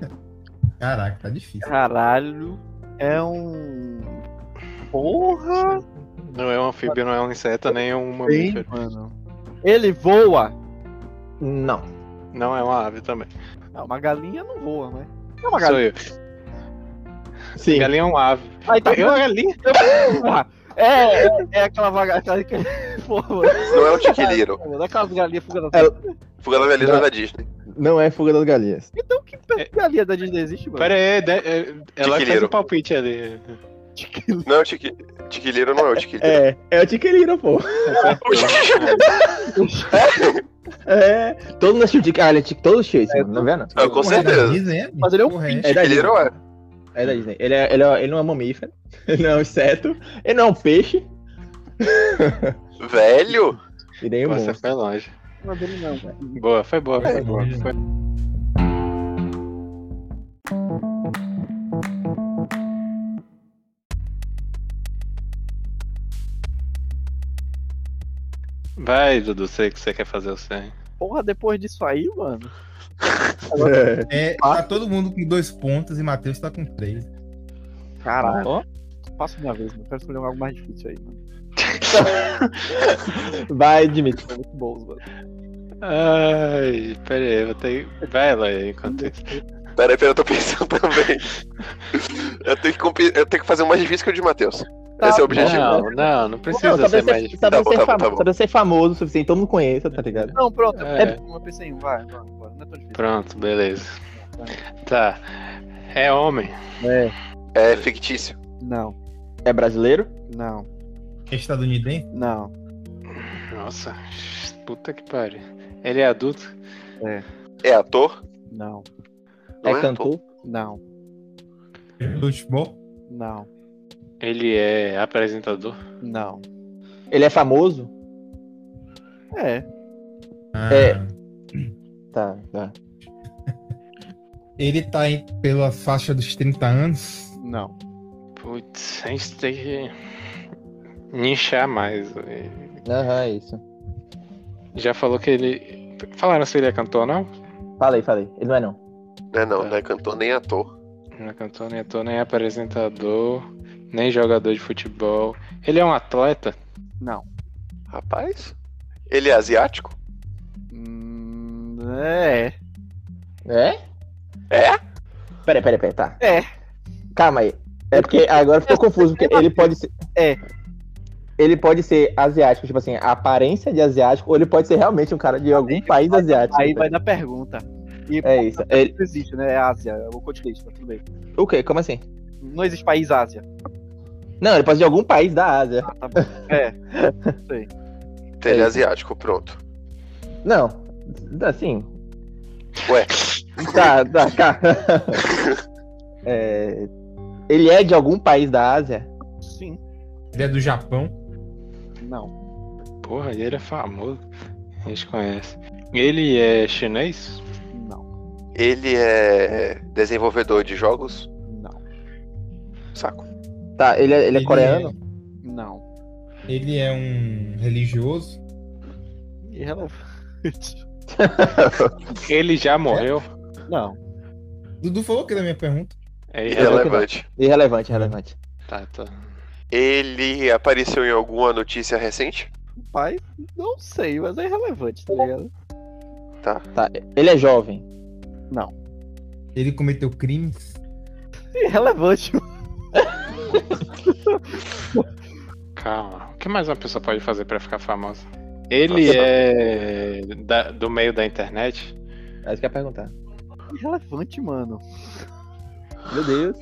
Speaker 5: Caraca, tá difícil.
Speaker 4: Caralho, é um. Porra!
Speaker 1: Não é um anfíbio, não é um inseto, nem um
Speaker 4: Bem,
Speaker 1: mamífero.
Speaker 4: mano. Ele voa.
Speaker 3: Não.
Speaker 1: Não é uma ave também.
Speaker 4: Não, uma galinha não voa, né? É uma
Speaker 1: Sou
Speaker 4: galinha.
Speaker 1: eu.
Speaker 3: Sim.
Speaker 1: Galinha é uma ave.
Speaker 4: Aí tá
Speaker 1: Eu, a galinha.
Speaker 4: porra. É, é, é aquela vaga. aquela que- Porra, mano.
Speaker 2: Não é o Tiquiliro.
Speaker 4: Não é aquelas galinhas fugando
Speaker 3: É,
Speaker 2: Fuga da Galinha não é da Disney.
Speaker 3: Não é Fuga das Galinhas.
Speaker 4: Então que pe- galinha da Disney existe, mano?
Speaker 1: Pera aí, de- é- ela fez
Speaker 2: Tiquiliro.
Speaker 1: um palpite ali.
Speaker 2: Não é o Tiqui... Tiquiliro, não é o Tiquiliro.
Speaker 3: É, é o Tiqueliro, pô.
Speaker 2: O Tiquiliro.
Speaker 3: É. Todo mundo Chico. Ah, ele é Chico, todo Chase, mano. Tá vendo?
Speaker 2: Ah, com
Speaker 5: Porra, é da
Speaker 2: certeza.
Speaker 5: Disney, é?
Speaker 4: Mas ele é um
Speaker 5: Porra,
Speaker 3: É da Disney.
Speaker 2: Tiquiliro é.
Speaker 3: É da Disney. Ele, é, ele, é- ele não é mamífero. Ele não é um inseto. Ele não é um peixe.
Speaker 2: Velho?
Speaker 3: E nem um
Speaker 1: Você
Speaker 3: monstro.
Speaker 1: foi longe.
Speaker 4: Não é dele não, cara.
Speaker 1: Boa, foi boa, foi
Speaker 5: Foi
Speaker 1: boa.
Speaker 5: longe.
Speaker 1: Foi- Vai, Dudu, sei que você quer fazer o 100.
Speaker 4: Porra, depois disso aí, mano.
Speaker 3: É.
Speaker 5: É, tá todo mundo com dois pontos e Matheus tá com três.
Speaker 4: Caralho,
Speaker 3: Ó,
Speaker 4: faço minha vez, mano. Quero escolher um algo mais difícil aí, mano.
Speaker 3: É. Vai, Dimitri.
Speaker 4: Foi muito bons, mano.
Speaker 1: Ai, pera aí, eu vou ter. Vai lá aí, enquanto isso.
Speaker 2: Peraí, peraí, eu tô pensando também. Eu tenho que, compi- eu tenho que fazer o mais difícil que o de Matheus.
Speaker 4: Tá
Speaker 2: Esse é o
Speaker 4: bom.
Speaker 2: objetivo.
Speaker 1: Não, não, não precisa
Speaker 3: Não,
Speaker 1: ser
Speaker 3: saber
Speaker 1: mais.
Speaker 3: ser, saber
Speaker 2: Tá bom,
Speaker 3: ser
Speaker 2: tá bom,
Speaker 3: famo-
Speaker 2: tá bom.
Speaker 3: saber ser famoso o suficiente, todo mundo conhece, tá ligado?
Speaker 4: Não, pronto.
Speaker 1: É.
Speaker 4: É. Eu pensei em um, vai, vai, vai. Não é tão difícil.
Speaker 1: Pronto, beleza. Tá. É homem.
Speaker 2: É fictício.
Speaker 4: Não,
Speaker 3: É brasileiro?
Speaker 4: não,
Speaker 5: É estadunidense?
Speaker 4: não.
Speaker 1: Nossa, puta que pariu. Ele é adulto?
Speaker 2: É ator?
Speaker 4: Não,
Speaker 2: Não
Speaker 3: é cantor?
Speaker 4: não,
Speaker 5: Do futebol?
Speaker 4: não,
Speaker 1: Ele é apresentador?
Speaker 4: não.
Speaker 3: Ele é famoso?
Speaker 4: É,
Speaker 5: Ah,
Speaker 3: É. Tá, tá.
Speaker 5: Ele tá em, pela faixa dos 30 anos.
Speaker 4: não.
Speaker 1: Putz, a gente tem que nichar mais. velho.
Speaker 3: Aham, é isso.
Speaker 1: Já falou que ele. Falaram se ele é cantor ou não?
Speaker 3: Falei, falei. Ele não é não.
Speaker 2: Não é não, não é cantor nem ator.
Speaker 1: Não é cantor, nem ator, nem apresentador, nem jogador de futebol. Ele é um atleta?
Speaker 4: Não.
Speaker 2: Rapaz? Ele é asiático?
Speaker 4: Hum, é.
Speaker 3: É?
Speaker 2: É?
Speaker 3: Pera, pera, pera, tá.
Speaker 4: É.
Speaker 3: Calma aí. É porque agora ficou confuso, porque ele pode ser.
Speaker 4: É.
Speaker 3: Ele pode ser asiático, tipo assim, a aparência de asiático, ou ele pode ser realmente um cara de algum país asiático.
Speaker 4: Aí
Speaker 3: tá
Speaker 4: vai na pergunta. E
Speaker 3: É isso. Ele...
Speaker 4: não existe, né? É Ásia, é o continente, mas tudo bem.
Speaker 3: O quê? Como assim?
Speaker 4: Não existe país Ásia.
Speaker 3: Não, ele pode ser de algum país da Ásia.
Speaker 4: Ah, tá bom. É.
Speaker 2: Então ele é asiático, pronto.
Speaker 3: Não. Assim.
Speaker 2: Ué.
Speaker 3: Tá, tá, tá. É, Ele é de algum país da Ásia?
Speaker 4: Sim.
Speaker 5: Ele é do Japão.
Speaker 4: Não.
Speaker 1: Porra, ele é famoso. A gente conhece. Ele é chinês?
Speaker 4: Não.
Speaker 2: Ele é desenvolvedor de jogos?
Speaker 4: Não.
Speaker 2: Saco.
Speaker 3: Tá, ele é, ele é
Speaker 5: Ele
Speaker 3: coreano?
Speaker 4: Não.
Speaker 5: Ele é um religioso.
Speaker 4: Irrelevante.
Speaker 1: Ele já morreu?
Speaker 4: Não.
Speaker 5: Dudu falou que era a minha pergunta.
Speaker 1: É irrelevante.
Speaker 3: né?
Speaker 2: Irrelevante.
Speaker 3: Irrelevante, relevante.
Speaker 2: é
Speaker 1: Tá, tá.
Speaker 2: Ele apareceu em alguma notícia recente?
Speaker 4: Pai, não sei, mas é irrelevante, tá ligado?
Speaker 3: Tá, ele é jovem.
Speaker 5: Ele cometeu crimes.
Speaker 4: Irrelevante.
Speaker 1: Calma. O que mais uma pessoa pode fazer pra ficar famosa? Ele é da- do meio da internet?
Speaker 3: É isso que eu ia perguntar.
Speaker 4: Irrelevante, mano.
Speaker 3: Meu Deus.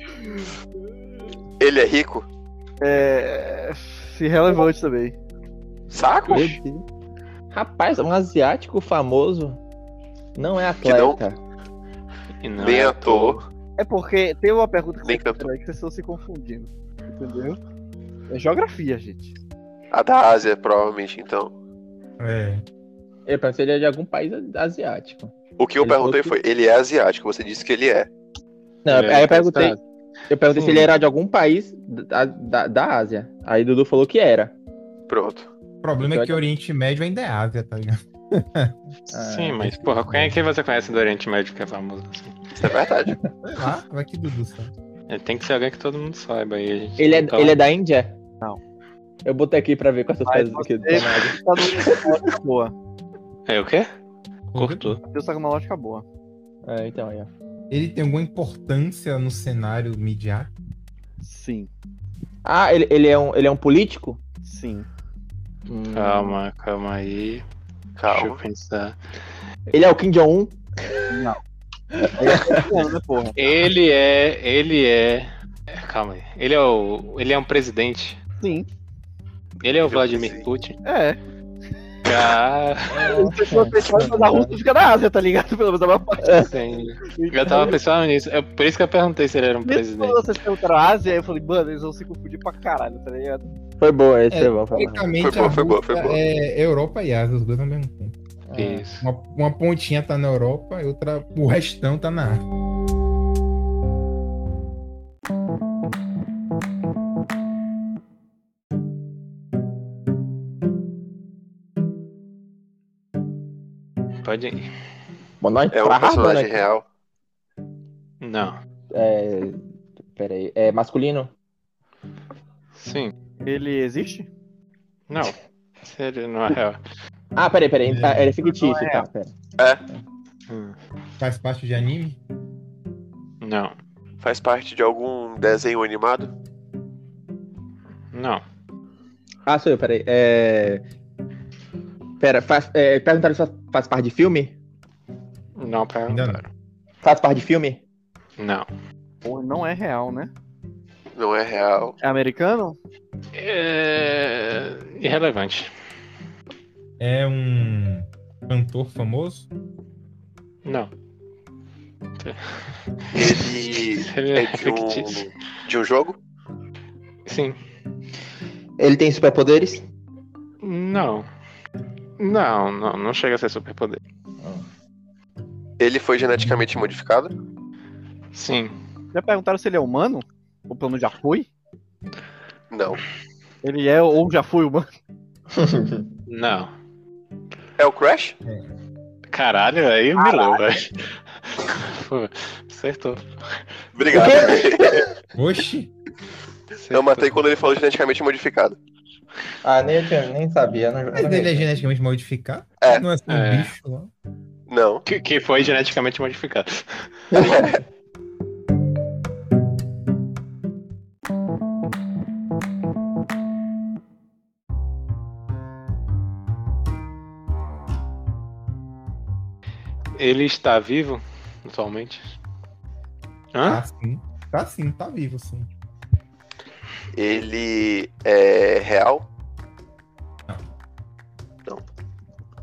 Speaker 2: Ele é rico?
Speaker 4: É. Irrelevante também.
Speaker 2: Saco?
Speaker 3: Meu Deus. Rapaz, um asiático famoso não é
Speaker 2: Que não-
Speaker 3: atleta.
Speaker 1: E não
Speaker 2: Nem
Speaker 1: é
Speaker 2: ator.
Speaker 4: É porque tem uma pergunta que
Speaker 2: Nem
Speaker 4: vocês
Speaker 2: cantor.
Speaker 4: aí que vocês estão se confundindo. Entendeu? É geografia, gente.
Speaker 2: A da Ásia, provavelmente, então.
Speaker 5: É.
Speaker 3: Eu pensei ele é de algum país asiático.
Speaker 2: O que eu
Speaker 3: Ele
Speaker 2: perguntei
Speaker 3: falou
Speaker 2: foi, ele é asiático, você disse que ele é.
Speaker 3: Não,
Speaker 1: É,
Speaker 3: aí eu perguntei.
Speaker 1: tá.
Speaker 3: Eu perguntei se
Speaker 1: Sim.
Speaker 3: ele era de algum país da, da, da Ásia. Aí Dudu falou que era.
Speaker 2: Pronto.
Speaker 5: O problema é que o Oriente Médio ainda é Ásia, tá ligado?
Speaker 1: Sim, mas porra, quem é que você conhece do Oriente Médio que é famoso assim?
Speaker 2: Isso é verdade.
Speaker 5: Sei lá, vai que Dudu sabe.
Speaker 1: É, Tem que ser alguém que todo mundo saiba aí. a gente
Speaker 3: Ele é,
Speaker 1: não tá-
Speaker 3: ele é da Índia?
Speaker 4: Não.
Speaker 3: Eu botei aqui pra ver com essas
Speaker 4: Mas
Speaker 3: coisas aqui.
Speaker 4: você-
Speaker 3: do nada.
Speaker 4: Tá no boa.
Speaker 1: É o quê?
Speaker 6: Cortou.
Speaker 4: Matheus tá com uma lógica boa.
Speaker 3: É, então, aí, ó.
Speaker 5: Ele tem alguma importância no cenário midiático?
Speaker 4: Sim,
Speaker 3: Ah, ele, ele, é um, ele é um político?
Speaker 4: sim.
Speaker 3: Hum.
Speaker 1: Calma, calma aí. Deixa eu
Speaker 2: Calma.
Speaker 1: pensar.
Speaker 3: Ele é o Kim Jong-un?
Speaker 4: Aí é coreano, né, porra?
Speaker 1: Ele é. Ele é. é, Calma aí. Ele é o. Ele é um presidente.
Speaker 4: Sim.
Speaker 1: Ele é o
Speaker 2: Ele é o
Speaker 1: Vladimir
Speaker 2: presidente.
Speaker 1: Putin.
Speaker 4: É.
Speaker 1: Ah,
Speaker 4: Eu sei que você fala, mas a Rússia fica na Ásia, tá ligado? Pelo menos a maior parte.
Speaker 1: sim. Eu tava pensando nisso. É por isso que eu perguntei se ele era um
Speaker 4: Mesmo quando
Speaker 1: presidente.
Speaker 4: vocês perguntaram a Ásia, eu falei, mano, eles vão se confundir pra caralho, tá ligado?
Speaker 3: Foi boa, esse
Speaker 5: É,
Speaker 3: foi bom. Foi bom.
Speaker 5: Teoricamente,
Speaker 2: Foi boa,
Speaker 5: a
Speaker 2: foi boa, foi
Speaker 5: Rússia
Speaker 2: boa.
Speaker 5: É Europa e Ásia, os dois ao mesmo tempo.
Speaker 3: É.
Speaker 1: Isso.
Speaker 5: Uma, uma pontinha tá na Europa e outra. O restão tá na Ásia.
Speaker 1: Pode ir.
Speaker 3: Bom, nós
Speaker 2: É um
Speaker 3: tá
Speaker 2: personagem
Speaker 3: arrasando aqui.
Speaker 2: real.
Speaker 1: Não.
Speaker 3: É... Peraí, é masculino?
Speaker 1: Sim.
Speaker 4: Ele existe?
Speaker 1: Não. Sério, não é real.
Speaker 3: Ah, peraí, peraí, tá, ele é fictício,
Speaker 4: Não é.
Speaker 3: tá, pera.
Speaker 1: Hum,
Speaker 5: Faz parte de anime?
Speaker 1: Não.
Speaker 2: Faz parte de algum desenho animado?
Speaker 1: Não.
Speaker 3: Ah, sou eu, peraí. É... Pera, faz, é, perguntaram se faz, faz parte de filme?
Speaker 1: Não perguntaram.
Speaker 3: Faz parte de filme?
Speaker 1: Não.
Speaker 4: Porra, não é real, né?
Speaker 2: Não é real.
Speaker 4: É americano?
Speaker 1: É... Irrelevante.
Speaker 5: É um cantor famoso?
Speaker 1: Não.
Speaker 2: Ele
Speaker 1: Ele
Speaker 2: é
Speaker 1: é
Speaker 2: de
Speaker 1: fictício.
Speaker 2: um, de um jogo?
Speaker 1: Sim.
Speaker 3: Ele tem superpoderes?
Speaker 1: Não. Não, não, não chega a ser superpoder.
Speaker 2: Ele foi geneticamente modificado?
Speaker 1: Sim.
Speaker 4: Já perguntaram se ele é humano? Ou pelo menos já foi?
Speaker 2: Não.
Speaker 4: Ele é ou já foi humano?
Speaker 1: Não.
Speaker 2: É o Crash?
Speaker 1: Caralho, aí humilhou, velho. Pô, Acertou.
Speaker 2: Obrigado.
Speaker 5: Oxi!
Speaker 1: Acertou.
Speaker 2: Eu matei quando ele falou geneticamente modificado.
Speaker 3: Ah, nem, nem sabia. Não,
Speaker 5: Mas ele é geneticamente modificado?
Speaker 2: É.
Speaker 5: Não é só um
Speaker 1: É.
Speaker 5: bicho lá?
Speaker 2: Não.
Speaker 1: Que, que foi geneticamente modificado. Ele está vivo atualmente? Hã? Ah,
Speaker 5: Tá sim. Tá sim, tá vivo sim.
Speaker 2: Ele é real?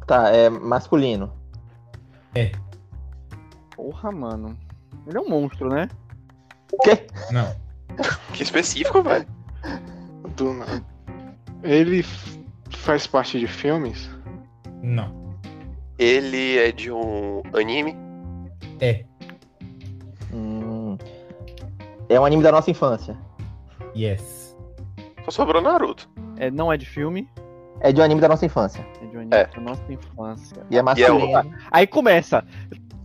Speaker 3: Tá, é masculino.
Speaker 4: Porra, mano. Ele é um monstro, né?
Speaker 5: Não.
Speaker 2: Que específico, velho.
Speaker 1: Do nada. Ele f- faz parte de filmes?
Speaker 5: Não.
Speaker 2: Ele é de um anime?
Speaker 5: É.
Speaker 3: Hum. É um anime da nossa infância.
Speaker 5: Yes.
Speaker 2: Só sobrou Naruto.
Speaker 4: É, não é de filme,
Speaker 3: É de um anime da nossa infância.
Speaker 4: é de um
Speaker 2: É.
Speaker 4: anime da nossa infância.
Speaker 3: E
Speaker 2: E
Speaker 3: é
Speaker 2: é
Speaker 3: masculino.
Speaker 2: o-
Speaker 4: Aí começa.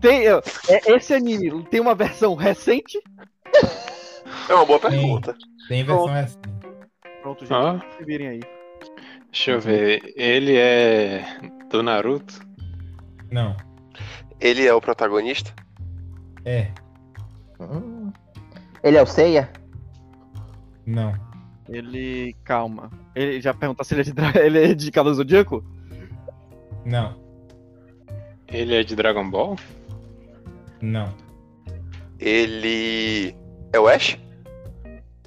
Speaker 4: Tem, é, esse anime tem uma versão recente?
Speaker 2: É uma boa
Speaker 5: Sim.
Speaker 2: pergunta.
Speaker 5: Tem versão assim.
Speaker 4: Pronto, gente,
Speaker 1: Hã?
Speaker 4: se virem aí.
Speaker 1: Deixa eu ver. Ele é do Naruto?
Speaker 5: Não.
Speaker 2: Ele é o protagonista?
Speaker 5: É.
Speaker 3: Hum. Ele é o Seiya?
Speaker 5: Não.
Speaker 4: Ele. Calma. Ele já pergunta se ele é de, dra- ele é de Cavaleiro Zodíaco?
Speaker 5: Não.
Speaker 1: Ele é de Dragon Ball?
Speaker 5: Não.
Speaker 2: Ele é o Ash?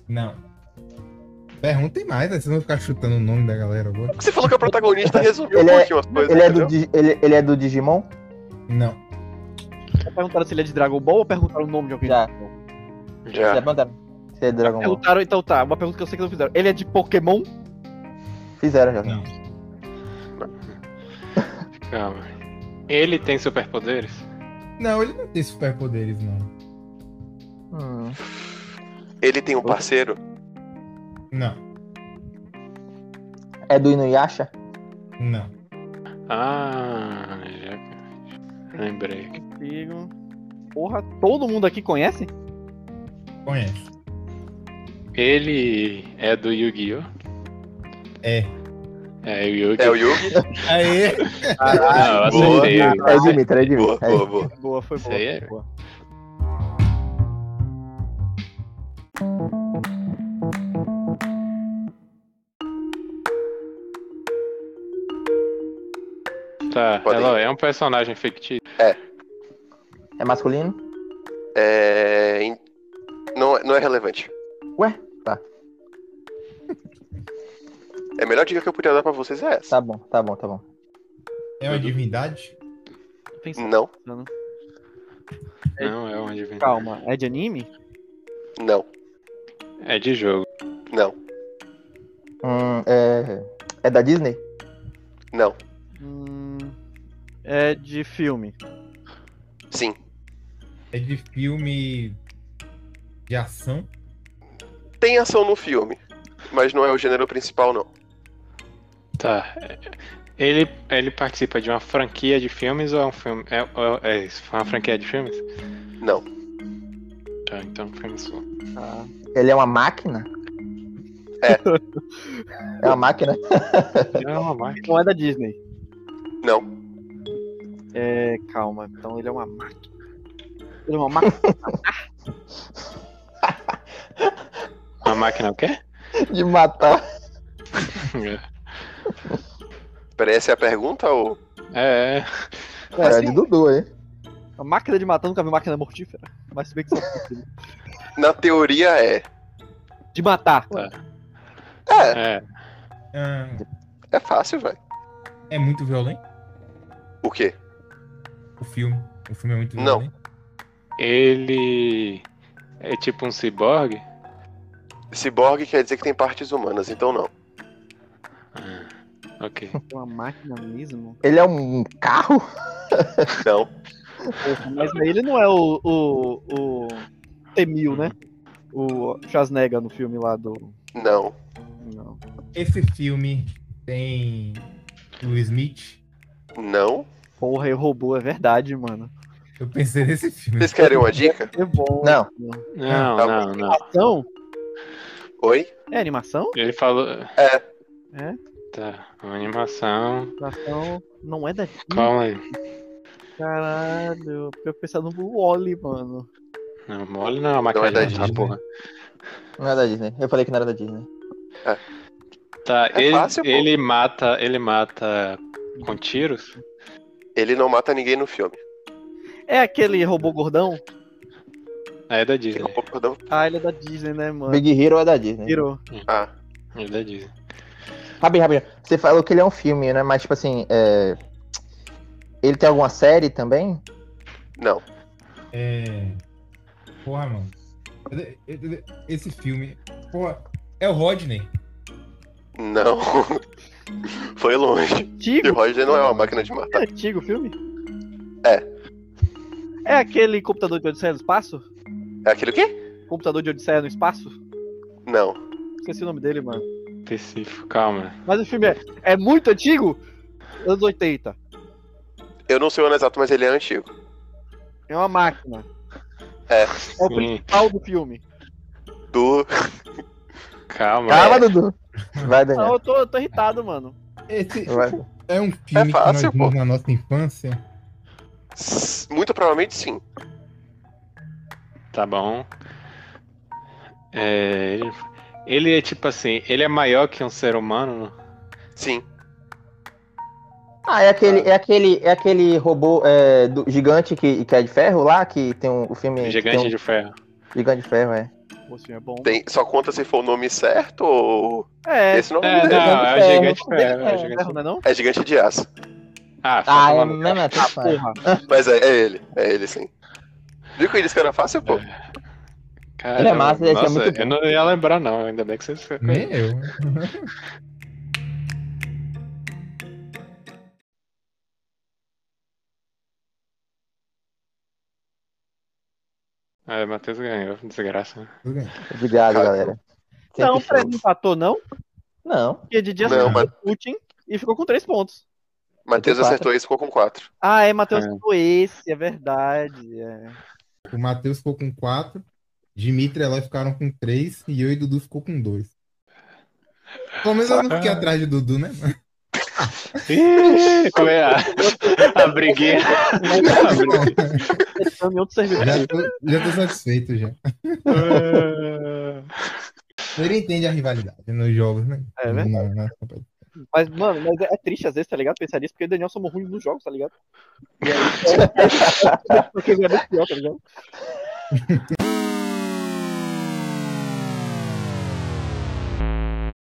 Speaker 5: Não. Perguntem mais, né? vocês vão ficar chutando o nome da galera agora.
Speaker 2: Você falou que é o protagonista, resumiu um
Speaker 3: Ele é-
Speaker 2: pouquinho as coisas,
Speaker 3: Ele é, do,
Speaker 2: entendeu?
Speaker 3: Dig- ele, ele é do Digimon?
Speaker 5: Não.
Speaker 4: Já perguntaram se ele é de Dragon Ball ou perguntaram o nome de alguém?
Speaker 3: Já. Já
Speaker 2: Já.
Speaker 3: perguntaram se é Dragon Ball.
Speaker 4: Perguntaram, então tá, uma pergunta que eu sei que não fizeram. Ele é de Pokémon?
Speaker 3: Fizeram já.
Speaker 5: Não.
Speaker 1: Calma. Ele tem superpoderes?
Speaker 5: Não, ele não tem superpoderes, não.
Speaker 3: Hum.
Speaker 2: Ele tem um parceiro?
Speaker 5: Não.
Speaker 3: É do Inuyasha?
Speaker 5: Não.
Speaker 1: Ah, já lembrei.
Speaker 4: Consigo. Porra, todo mundo aqui conhece?
Speaker 5: Conhece.
Speaker 1: Ele é do Yu-Gi-Oh!
Speaker 5: É.
Speaker 1: É, o Yugi.
Speaker 2: É o Yugi?
Speaker 5: Aê!
Speaker 1: Não, eu
Speaker 2: boa.
Speaker 1: acertei.
Speaker 3: É de mim, é de mim.
Speaker 2: Boa, boa, boa.
Speaker 4: Boa, foi boa.
Speaker 1: Isso aí é-
Speaker 4: foi boa.
Speaker 1: Tá,
Speaker 2: Pode ir.
Speaker 1: ela é um personagem fictício.
Speaker 3: É masculino?
Speaker 2: É. em- Não, é- não é relevante.
Speaker 3: Ué, tá.
Speaker 2: É a melhor dica que eu podia dar pra vocês é essa.
Speaker 3: Tá bom, tá bom, tá bom.
Speaker 5: É uma divindade?
Speaker 3: Tá.
Speaker 4: Pensando,
Speaker 2: Não,
Speaker 1: Não é uma divindade.
Speaker 4: calma, é de anime?
Speaker 2: não,
Speaker 1: É de jogo.
Speaker 2: não,
Speaker 3: Hum, é... é da Disney?
Speaker 2: não.
Speaker 4: Hum, é de filme.
Speaker 2: Sim,
Speaker 5: É de filme de ação?
Speaker 2: tem ação no filme, mas não é o gênero principal, não.
Speaker 1: Tá. Ele, ele participa de uma franquia de filmes ou é um filme. É, é, é isso, uma franquia de filmes?
Speaker 2: Não.
Speaker 1: Tá, então filme só.
Speaker 4: Ah,
Speaker 3: Ele é uma máquina?
Speaker 2: É.
Speaker 3: É uma máquina?
Speaker 1: Não, mas.
Speaker 4: não é da Disney.
Speaker 2: Não,
Speaker 4: É, calma, então ele é uma máquina. Ele é uma máquina.
Speaker 1: Uma máquina o quê?
Speaker 3: De matar.
Speaker 2: peraí, essa é a pergunta ou.
Speaker 1: É, é.
Speaker 3: É, é de Dudu, hein?
Speaker 4: Uma máquina de matar, nunca vi máquina mortífera. Mas se bem que só possível.
Speaker 2: Na teoria é.
Speaker 4: De matar.
Speaker 2: É,
Speaker 1: é.
Speaker 5: Ah,
Speaker 2: é fácil, velho.
Speaker 5: é muito violento?
Speaker 2: O quê?
Speaker 5: O filme. O filme é muito
Speaker 2: Não.
Speaker 5: violento.
Speaker 1: Ele. É tipo um ciborgue?
Speaker 2: Ciborgue quer dizer que tem partes humanas, então não.
Speaker 1: Ah, ok.
Speaker 4: É uma máquina mesmo?
Speaker 3: Ele é um carro?
Speaker 2: Não,
Speaker 4: Porra, mas aí ele não é o. o. o Temil, né? O Schwarzenegger no filme lá do.
Speaker 2: não,
Speaker 4: Não.
Speaker 5: Esse filme tem Will Smith.
Speaker 2: não.
Speaker 4: Porra, eu roubou, é verdade, mano.
Speaker 5: Eu pensei nesse filme.
Speaker 2: Vocês querem uma dica?
Speaker 4: É bom.
Speaker 3: Não.
Speaker 1: Não,
Speaker 2: Tá
Speaker 1: não, não.
Speaker 4: Animação?
Speaker 2: Oi?
Speaker 4: É animação?
Speaker 1: Ele falou.
Speaker 2: É.
Speaker 4: É?
Speaker 1: Tá, uma animação.
Speaker 4: Animação não é da Disney,
Speaker 1: Calma aí.
Speaker 4: caralho. Porque eu pensando no Wally, mano.
Speaker 1: Não, mole não, a máquina
Speaker 2: é da
Speaker 1: de matar,
Speaker 5: Disney.
Speaker 1: porra.
Speaker 3: Não é da Disney. Eu falei que não era da Disney.
Speaker 1: Tá,
Speaker 2: É
Speaker 1: ele,
Speaker 2: fácil, pô.
Speaker 1: ele mata. Ele mata com tiros?
Speaker 2: Ele não mata ninguém no filme.
Speaker 4: É aquele robô gordão?
Speaker 1: É da
Speaker 2: Tem
Speaker 1: Disney.
Speaker 2: um pouco- não-
Speaker 4: Ah, ele é da Disney, né, mano?
Speaker 3: Big Hero é da Disney.
Speaker 4: Virou.
Speaker 2: Ah,
Speaker 1: É da Disney.
Speaker 3: Rapidinho, rapidinho. Você falou que ele é um filme, né? Mas, tipo assim, é... Ele tem alguma série também?
Speaker 2: não.
Speaker 5: É. Porra, mano. Esse filme. Porra. É o Rodney.
Speaker 2: Não. Foi longe. E o
Speaker 4: Antigo?
Speaker 2: Roger não é uma máquina de
Speaker 4: É
Speaker 2: matar.
Speaker 4: antigo o filme?
Speaker 2: É.
Speaker 4: É aquele computador de Odisseia no espaço?
Speaker 2: É aquele quê?
Speaker 4: Computador de Odisseia no espaço?
Speaker 2: Não.
Speaker 4: Esqueci o nome dele, mano.
Speaker 1: Específico, calma.
Speaker 4: Mas o filme é, é muito antigo? Anos 80.
Speaker 2: Eu não sei o ano exato, mas ele é antigo.
Speaker 4: É uma máquina.
Speaker 2: É.
Speaker 4: É o
Speaker 1: Sim,
Speaker 4: principal do filme.
Speaker 2: Do.
Speaker 1: calma.
Speaker 3: Calma, Dudu. Vai,
Speaker 4: Não,
Speaker 3: Daniel.
Speaker 4: eu tô, eu tô irritado, mano.
Speaker 5: Esse
Speaker 3: Vai.
Speaker 5: é um filme
Speaker 2: fácil,
Speaker 5: que nós vimos na nossa infância.
Speaker 2: S- Muito provavelmente sim.
Speaker 1: Tá bom. É, ele- ele é tipo assim, ele é maior que um ser humano.
Speaker 2: Sim.
Speaker 3: Ah, é aquele, é aquele, é aquele robô é, do gigante que, que é de ferro lá, que tem um, o
Speaker 2: É,
Speaker 3: filme. que
Speaker 1: Gigante
Speaker 2: então.
Speaker 3: tem um-
Speaker 1: de ferro.
Speaker 3: Gigante de ferro, é.
Speaker 4: Pô, esse filme é bom.
Speaker 2: Tem... Só conta se for o nome certo ou.
Speaker 4: É,
Speaker 3: tá
Speaker 2: Esse não
Speaker 1: É,
Speaker 2: é.
Speaker 1: não, é o
Speaker 3: ferro.
Speaker 1: gigante de ferro. é o gigante
Speaker 4: ferro,
Speaker 1: de-
Speaker 4: não é não?
Speaker 2: É gigante de aço.
Speaker 1: Ah, só
Speaker 3: Ah, é
Speaker 1: tomando-
Speaker 3: mesmo, é tudo faz.
Speaker 4: Porra.
Speaker 2: Mas é, é ele. É ele sim. Viu que eles que era fácil, pô?
Speaker 1: Cara,
Speaker 3: Ele é massa, esse é
Speaker 1: nossa,
Speaker 3: muito
Speaker 1: Eu não ia lembrar, não. Ainda bem que vocês ficam
Speaker 5: Nem eu.
Speaker 1: É, Matheus ganhou, desgraça.
Speaker 3: Obrigado,
Speaker 2: Cara,
Speaker 3: galera. Sempre
Speaker 4: Não, o
Speaker 3: foi.
Speaker 4: Fred empatou, não?
Speaker 3: Não.
Speaker 4: Porque de dia
Speaker 2: Não,
Speaker 4: acertou
Speaker 2: mas-
Speaker 4: o Putin e ficou com três pontos.
Speaker 2: Matheus
Speaker 3: quatro.
Speaker 2: acertou isso ficou com quatro.
Speaker 4: Ah, é, Matheus
Speaker 1: É.
Speaker 4: acertou esse, é verdade. é.
Speaker 5: O Matheus ficou com 4, Dimitri e Eloy ficaram com 3 e eu e Dudu ficou com 2. Pelo menos eu não fiquei atrás de Dudu, né?
Speaker 1: Ih, como é a, a briguinha? A briguinha.
Speaker 4: Caminhão de serviço.
Speaker 5: Já tô, já tô satisfeito já. Ele entende a rivalidade nos jogos, né?
Speaker 4: É verdade.
Speaker 5: Na- na competição.
Speaker 4: Mas, mano, mas é é triste às vezes, tá ligado? Pensar nisso, porque eu e o Daniel somos ruins nos jogos, tá ligado? E aí, porque é muito pior, tá ligado?